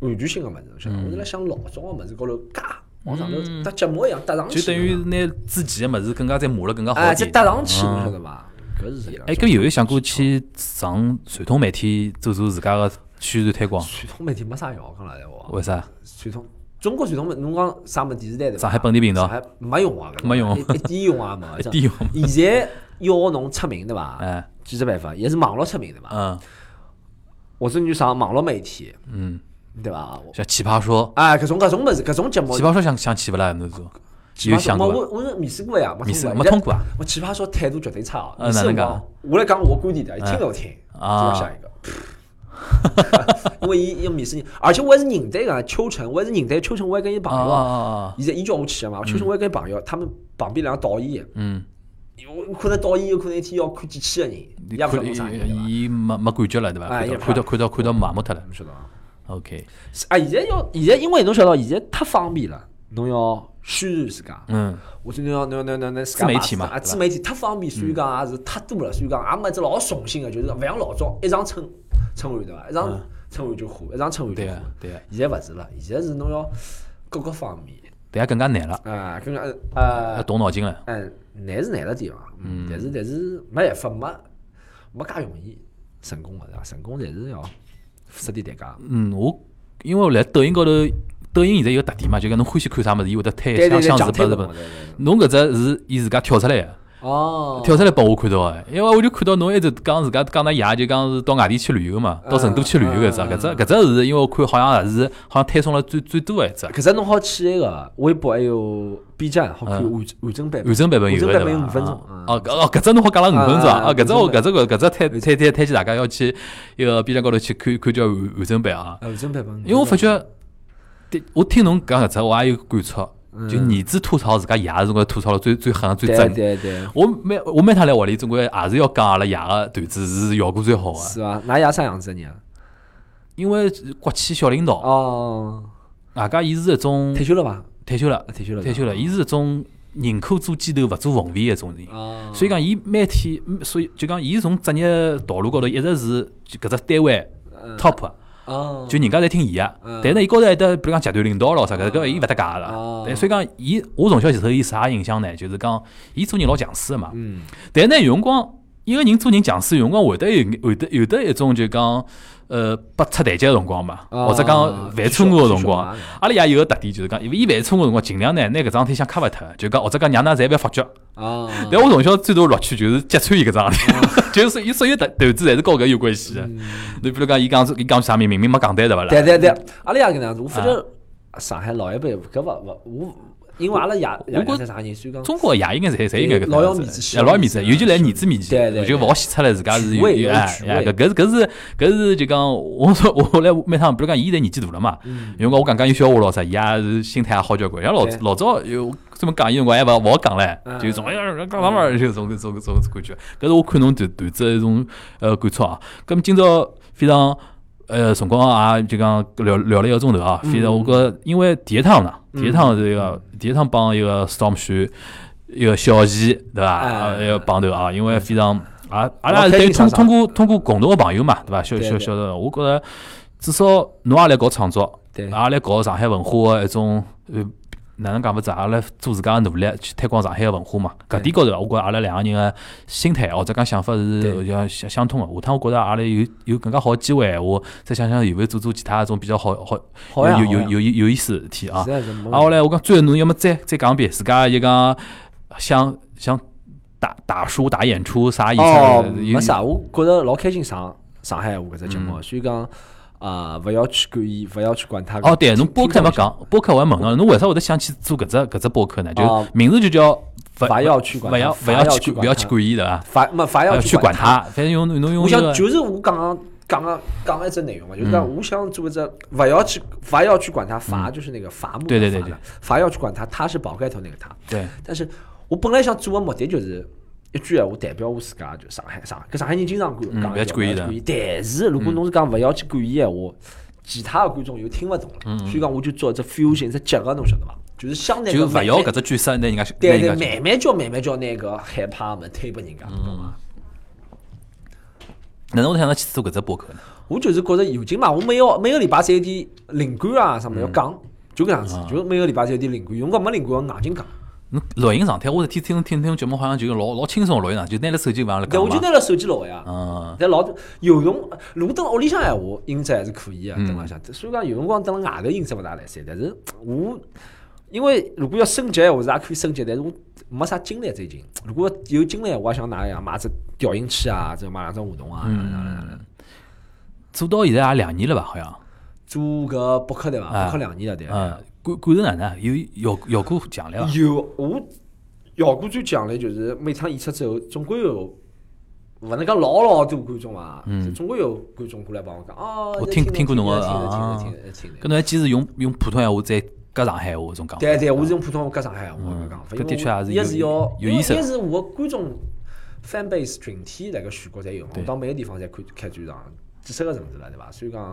A: 完全新个物事，我想我是辣
B: 嗯
A: 想老早个物事高头加往上头搭节目一样搭上去，
B: 就等于是拿之前个物事更加再磨了更加好
A: 哎，
B: 一
A: 再
B: 点。
A: 搭上去，侬晓得伐？搿是这样
B: 哎，搿有没想过去上传统媒体做做自家个宣传推广？
A: 传统媒体没啥用，讲老实话。
B: 为啥？
A: 传统中国传统文，侬讲啥么电视台对伐？
B: 上海本地频道
A: 上海没用啊，搿个
B: 没用
A: 一一点用啊没，
B: 一点用
A: 真的。现在要侬出名对伐？
B: 哎，
A: 几只办法，也是网络出名对伐？
B: 嗯
A: 或者你就上网络媒体
B: 嗯，
A: 对伐？
B: 像奇葩说，
A: 啊，搿种搿种物事，搿种节目
B: 奇，葩说想想去勿啦？侬说
A: 奇葩
B: 有
A: 说
B: 想
A: 没
B: 过
A: 我
B: 伐？
A: 我是面试过呀，没
B: 面试
A: 通
B: 没
A: 过。
B: 通过啊？
A: 我奇葩说态度绝对差哦。
B: 呃
A: 面试
B: 哪
A: 辰
B: 能讲
A: 光我来讲我观点的，一听都勿听，
B: 啊
A: 就下一个。 因为伊要面试你，而且我还是认得个秋晨，我还是认得秋晨，我还跟伊
B: 啊
A: 朋友
B: 啊
A: 啊。
B: 啊啊！
A: 现在伊叫我去的嘛，我秋晨我还跟朋友，他们旁边两个导演，
B: 嗯，
A: 有可能导演有可能一天要看几千个人，伊也不晓得
B: 看
A: 侬啥人对伐？
B: 伊没没感觉了对伐？
A: 哎
B: 看到
A: 也
B: 看到看到看到麻木脱了
A: 侬。晓得伐？
B: OK，
A: 啊，现在要现在因为侬晓得哦伐，现在太方便了，侬要宣传自家，
B: 嗯，
A: 或者侬要侬要侬要侬要自家
B: 自媒
A: 卖
B: 体嘛
A: 啊，
B: 对吧
A: 自媒体太方便，所以讲也是太多了，所以讲也没只老重心个，就是勿像老早一场春春晚对伐？一场春晚就火，一场春晚就
B: 嗯对
A: 火
B: 啊。对啊，
A: 现在勿是了，现在是侬要各个方面
B: 对啊，更加难了，
A: 啊，跟个
B: 要
A: 呃
B: 动脑筋了。
A: 嗯，难是难了点嘛，嗯，但是但是没办法，没没介容易成功个对伐？成功侪是要付出点代价。
B: 嗯，我因为来抖音高头，抖音现在有个特点嘛，就讲侬欢喜看啥物事，伊会得推
A: 对对
B: 相
A: 对，
B: 相似
A: 讲
B: 不
A: 太
B: 是
A: 多
B: 不
A: 了。对对对
B: 侬搿只是伊自家跳出来个，
A: 哦，
B: 跳出来拨我看到个，因为我就看到侬一直讲自家讲㑚爷就讲是到外地去旅游嘛，到成都去旅游搿只，搿只搿只是因为我看好像也是好像推送了最最多个一只，
A: 搿只侬好去那个微博还有 B 站，好
B: 嗯
A: 看完完整版本。
B: 完整版本有
A: 完整
B: 个
A: 版
B: 对
A: 本有
B: 伐？
A: 五分钟
B: 啊哦搿哦搿只侬好讲了五分钟
A: 啊啊
B: 啊，
A: 啊
B: 搿只
A: 完
B: 我
A: 整版
B: 搿只搿只推推推推荐大家要去一个 B 站高头去看看叫完完整版啊，
A: 呃完整版本。
B: 因为我发觉，对我听侬讲搿只我也有感触，就儿子吐槽自家爷是辰光吐槽了最最狠最
A: 对
B: 真。
A: 对对，
B: 我每我每趟来屋里，总归也是要讲阿拉爷个段子是效果最好个，
A: 是伐？㑚爷啥样子的人？啊
B: 因为国企小领导，
A: 哦，
B: 外加伊是一种
A: 退休了伐？
B: 退休了，
A: 退休了
B: 嗯
A: 哦
B: 退休了，伊是一种宁可做鸡头勿做凤尾的一种人。
A: 哦，
B: 所以讲，伊每天，嗯所以就讲，伊从职业道路高头一直是就搿只单位 top，
A: 呃哦，
B: 就人家侪听伊个
A: 嗯，
B: 但是伊高头还得，比如讲集团领导咯啥搿搿伊勿搭界
A: 哦
B: 个。对所以讲，伊我从小前头伊啥印象呢？就是讲，伊做人老强势个嘛。
A: 嗯，
B: 但呢，有辰光一个人做人强势，有辰光会得有会得有得一种就讲，呃，被出台阶个辰光嘛，
A: 哦
B: 或者讲犯错误个辰
A: 就
B: 光
A: 是。
B: 阿拉爷有个特点就是讲，因为伊犯错误个辰光，尽量呢拿搿桩事体想 cover 脱，就讲或者讲让㑚侪勿要发觉。
A: 哦，
B: 但我从小最大乐趣就是揭穿伊搿桩事体， 就是伊所有投投资侪是跟搿有关系的。
A: 嗯
B: 你比如讲，伊讲伊讲啥明明明没讲对对勿啦？
A: 对对对，阿拉爷搿能样子，我发觉
B: 啊
A: 上海老一辈搿勿勿我，因为阿拉爷爷
B: 觉
A: 是啥人，所以讲
B: 中国的爷应该侪侪应该搿
A: 老要
B: 样子
A: 面子
B: 哎
A: 小
B: 老要
A: 面
B: 面
A: 子
B: 子，尤其来儿子面前，
A: 对对
B: 我就
A: 对
B: 勿好显出来自家是
A: 举
B: 有
A: 位
B: 有
A: 有
B: 哎
A: 举
B: 哎，
A: 位
B: 搿搿是搿是搿是就讲，我说我来每趟，比如讲，伊现在年纪大了嘛，有辰光我讲讲伊笑话咯啥，伊也是心态也好交关。像老
A: 嗯对
B: 老早有专门讲伊辰光还勿勿好讲嘞，
A: 嗯
B: 就是种哎呀讲啥嘛，就是种种种种感觉。搿是我看侬段段子的一种呃感触啊。咁么今朝非常。呃，辰光也就讲聊聊了一个钟头啊。反
A: 嗯
B: 正我觉，因为第一趟呢，第一趟是一个第一趟帮一个 Storm 选一个小贤，对伐？
A: 哎嗯
B: 一个帮头啊，因为非常啊，阿拉
A: 老
B: 是
A: 开
B: 对
A: 心啥
B: 通
A: 啥
B: 通过通过共同个朋友嘛，对伐？晓
A: 对
B: 晓
A: 对
B: 晓得，我觉着至少侬也来搞创作，
A: 对
B: 也来搞上海文化个一种呃。哪能讲法子？阿拉做自家个努力去推广上海个文化嘛。搿
A: 对
B: 点高头，我觉着阿拉两个人个心态或者讲想法是
A: 对
B: 像相相通个。下趟我觉着阿拉有有更加好个机会，我再想想有没有做做其他一种比较好好
A: 好呀，
B: 有有
A: 好呀
B: 有有有意思个事体啊。
A: 实在是没
B: 啊，后来我讲最后侬要么再再讲一遍，自家一讲想想打打书打演出啥意思？
A: 哦，
B: 有嗯
A: 没啥，我觉着老开心上上海话�搿只节目，所以讲啊，勿要去管伊，勿要去管他。
B: 哦，对，侬播客没
A: 没？
B: 讲，播客我还问了，侬为啥会得想去做搿只搿只播客呢？就
A: 哦
B: 名字就叫勿
A: 勿要去管
B: 勿
A: 它
B: 要勿
A: 勿
B: 要
A: 要
B: 去
A: 去管
B: 管勿
A: 它
B: 要去管伊对伐？
A: 伐没伐
B: 勿
A: 要
B: 呃去
A: 管
B: 管。它，反正用侬用
A: 我
B: 一个
A: 想就是我刚刚讲个讲个一只内容嘛，就是
B: 嗯
A: 讲我想做一只勿要去勿要去管它，伐就是那个伐木的
B: 对对对
A: 伐
B: 对
A: 了，伐要去管它，它是宝盖头那个它。
B: 对
A: 但是我本来想做个目的就是一句闲话代表我自家，就上海上，搿上海人经常讲
B: 嗯
A: 讲
B: 勿要去管伊嗯的
A: 伊，但是如果侬是讲勿要去管伊闲话，其他个观众又听勿懂
B: 嗯
A: 了，所以讲我就做一只 fusion 一只结合，侬晓得伐？就是相对
B: 就
A: 勿
B: 勿要搿只句式，拿人家拿
A: 对对，
B: 人家去
A: 慢慢叫慢慢叫那个害怕嘛推拨人家，
B: 嗯
A: 懂伐？
B: 哪能会得想到去做搿只播客呢？
A: 我就是觉着有劲嘛，我每个每个礼拜侪有点灵感啊啥么要讲，就搿样子，就是每个礼拜侪有点灵感，有辰光没灵感我硬劲讲。
B: 侬录音状态，我是听听听听节目，好像就老老轻松的录音上，就拿了手机往上
A: 对，
B: 讲
A: 我就
B: 嘛。
A: 拿了手机录呀。
B: 嗯，
A: 但老有辰路灯屋里向闲话音质还是可以的，等浪向。所以讲有辰光等辣外头音质勿大来塞，但是我因为如果要升级闲话是也可以升级，但是我没啥精力最近。如果有精力闲话，我也想哪样买只调音器啊，再买两只话筒啊，哪样哪样哪样
B: 做到现在也两年了吧，好像。
A: 做搿博客对伐？
B: 啊
A: 博客两年了对伐。
B: 嗯，感感受哪能啊？有效效果强烈伐？
A: 有我效果最强烈就是每趟演出之后，总归有。勿能讲老老多观众伐，
B: 嗯
A: 总归有观众过来帮我讲哦。
B: 我
A: 在
B: 听
A: 听
B: 听过侬
A: 个，
B: 的
A: 听了听
B: 啊
A: 了听了听了听了
B: 搿侬还坚持用用普通闲话再加上海话搿种讲法。
A: 对对，我是用普通话加上海闲话
B: 嗯
A: 搿讲法，
B: 搿
A: 因为
B: 的确
A: 我
B: 也是
A: 一
B: 有
A: 是要
B: 有
A: 因为
B: 意思
A: 一是我的观众 fan base 群体辣盖全国侪有嘛，
B: 对
A: 我到每个地方侪开开专场，几十个城市了对伐？所以讲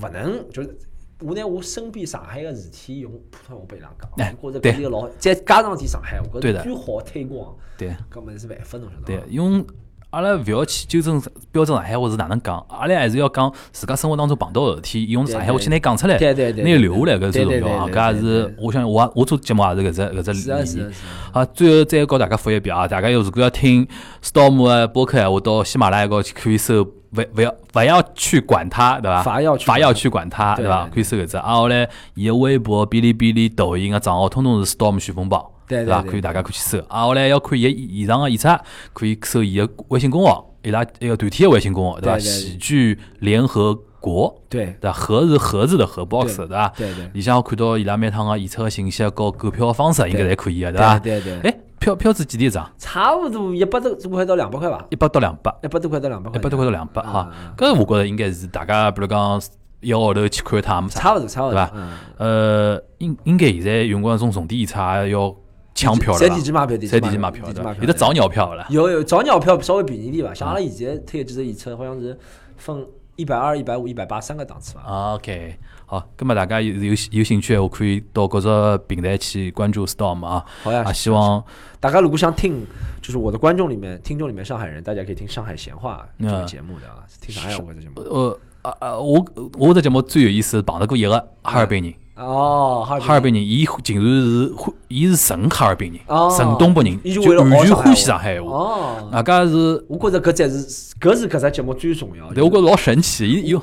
A: 勿能就是。我拿我身边上海个事体用普通话拨伊拉
B: 哎
A: 讲，我觉着
B: 对
A: 搿是一个老，再加上点上海话，
B: 对
A: 搿是
B: 的
A: 最好的推广，
B: 对
A: 搿么是办法侬晓得
B: 对
A: 伐？，
B: 用阿拉勿要去纠正标准上海话是哪能讲，阿拉还是要讲自家生活当中碰到个事体，用上海话去拿讲出来，
A: 对对对对
B: 拿留下来搿最
A: 对
B: 重
A: 对
B: 要啊！
A: 对对
B: 搿
A: 对
B: 也
A: 对
B: 是我想我也我做节目也是搿只
A: 是
B: 搿
A: 啊
B: 只
A: 是
B: 理
A: 啊
B: 念。
A: 是啊。
B: 啊，最后再告大家复一遍啊！大家要如果要听 Storm 的播客闲话，到喜马拉雅高去可以搜，勿勿要勿要去管它，对伐？
A: 勿要去
B: 勿要去管它，
A: 对
B: 对伐？
A: 对
B: 可以搜搿只。啊，后来伊个微博、哔哩哔哩、抖音个啊账号，通通是 Storm 旋风暴，
A: 对对
B: 伐？
A: 对
B: 可以大家可以去搜。啊，后来要看伊个现场个演出，可以搜伊个微信公号，伊拉一个团体个微信公号，对伐？
A: 对对对
B: 喜剧联合国。
A: 对
B: 对吧？盒是盒子的盒，box
A: 对
B: 对吧？
A: 对对
B: 里向看到伊拉每趟个演出个信息，和购票方式应该侪可以个，
A: 对
B: 吧？
A: 对对
B: 哎，票票子几钿一张？
A: 差不多一百多块到两百块伐？
B: 一百到两百，
A: 一百多块到两百
B: 一
A: 块。
B: 百多块到两百
A: 嗯
B: 哈
A: 嗯。
B: 搿我觉着应该是大家，比如讲一个号头去看趟，啥
A: 差不多差不
B: 对
A: 多
B: 吧。
A: 嗯
B: 呃，应应该现在用光种重点演出也要抢票了吧？
A: 侪提前买票
B: 侪提
A: 提
B: 前
A: 前买
B: 买票
A: 票
B: 对
A: 提前买
B: 吧
A: 票
B: 有的早鸟票了。
A: 有有早鸟票稍微便宜
B: 嗯
A: 点吧，像阿拉现在推的几只演出，好像是分一百二、一百五、一百八三个档次吧。
B: 啊 OK，好，葛么大家有有有兴趣的话，可以到各只平台去关注 Storm 啊。
A: 好呀
B: 啊，希望
A: 大家如果想听，就是我的观众里面、听众里面上海人，大家可以听上海闲话这个
B: 嗯
A: 节目的啊，听上海话的节目。
B: 呃啊啊，我我这节目最有意思，碰到过一个哈尔滨人。
A: 哦，哈尔滨
B: 哈尔滨人，伊竟然是欢，伊是纯哈尔滨人，
A: 哦
B: 纯东北人，
A: 伊
B: 就
A: 就为了
B: 完全
A: 学上海
B: 欢喜
A: 话
B: 上海话。
A: 哦，
B: 大家是，
A: 我觉着搿才是搿是搿只节目最重要的。
B: 对我觉着老神奇，伊有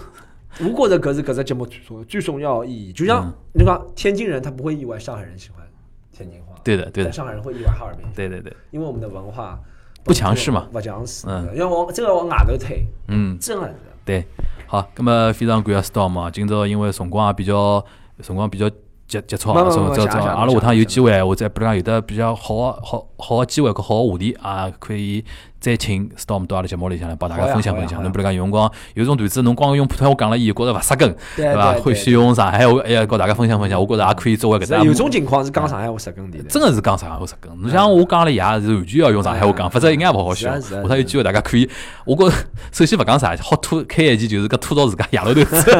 A: 我觉着搿是搿只节目最重最重要的意义。就
B: 嗯
A: 像你讲天津人，他不会意外上海人喜欢天津话，
B: 对的，对
A: 但
B: 的，
A: 上海人会意外哈尔滨。
B: 对对对，
A: 因为我们的文化
B: 不强势嘛
A: 不强势。
B: 嗯
A: 要往这个往外头推，
B: 嗯，
A: 真的是。
B: 对。好，那么非常感谢 Storm 啊，今朝因为辰光也比较，辰光比较接接触啊，
A: 没没
B: 走
A: 没
B: 走
A: 想
B: 走，
A: 想
B: 阿拉
A: 想
B: 下趟
A: 想
B: 有机会，或者比如讲有得比较好的好好的机会和好的话题啊，可以再请 Storm 到阿拉节目里向来帮大家
A: 好呀
B: 分享
A: 好呀
B: 分享。
A: 好呀
B: 侬比如讲有辰光有种段子，侬光用普通话讲了伊，觉着勿杀根，
A: 对
B: 对伐？
A: 对
B: 欢喜用上海话，哎呀，跟大家分享分享，我觉着也可以作为搿只
A: 是有种情况是讲上海话十根地的，
B: 真个是讲上海话十根。侬像我讲了，爷是完全要用上海话讲，否则一眼也勿好笑。
A: 哎是啊是啊
B: 下趟有机会大家可以，我觉着首先勿讲啥，好吐开一期就是讲吐槽自家夜老头子，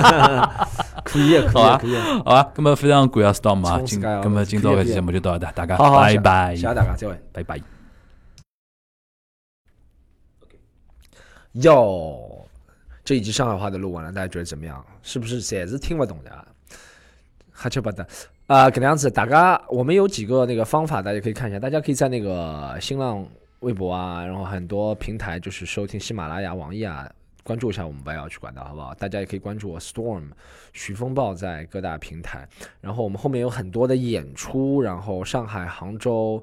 A: 可以的可以
B: 好
A: 的
B: 啊
A: 可以的。
B: 好伐？那么非常感谢 Storm 啊，
A: 冲
B: 今
A: 自家
B: 那么
A: 夜
B: 今
A: 老
B: 朝
A: 头
B: 搿
A: 子
B: 期节目就到这，大家
A: 好好，
B: 拜
A: 谢谢
B: 拜
A: 谢，谢大家，再会。
B: 拜拜。
A: 哟，这一集上海话的录完了，大家觉得怎么样？是不是侪是听不懂的啊？哈七八的啊，搿能样子，大家我们有几个那个方法，大家可以看一下，大家可以在那个新浪微博啊，然后很多平台就是收听喜马拉雅、网易啊。关注一下我们不要去管道，好不好？大家也可以关注我 Storm 徐风暴在各大平台，然后我们后面有很多的演出，然后上海、杭州、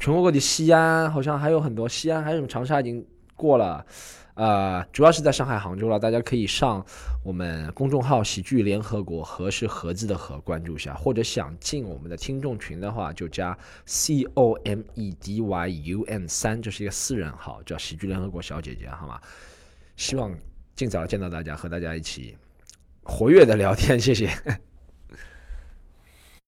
A: 全国各地、西安，好像还有很多，西安还有什么长沙已经过了，呃，主要是在上海、杭州了。大家可以上我们公众号“喜剧联合国”，和是盒子的和，关注一下。或者想进我们的听众群的话，就加 C O M E D Y U N 三，这是一个私人号，叫“喜剧联合国小姐姐”，好吗？希望尽早见到大家，和大家一起活跃的聊天，谢谢。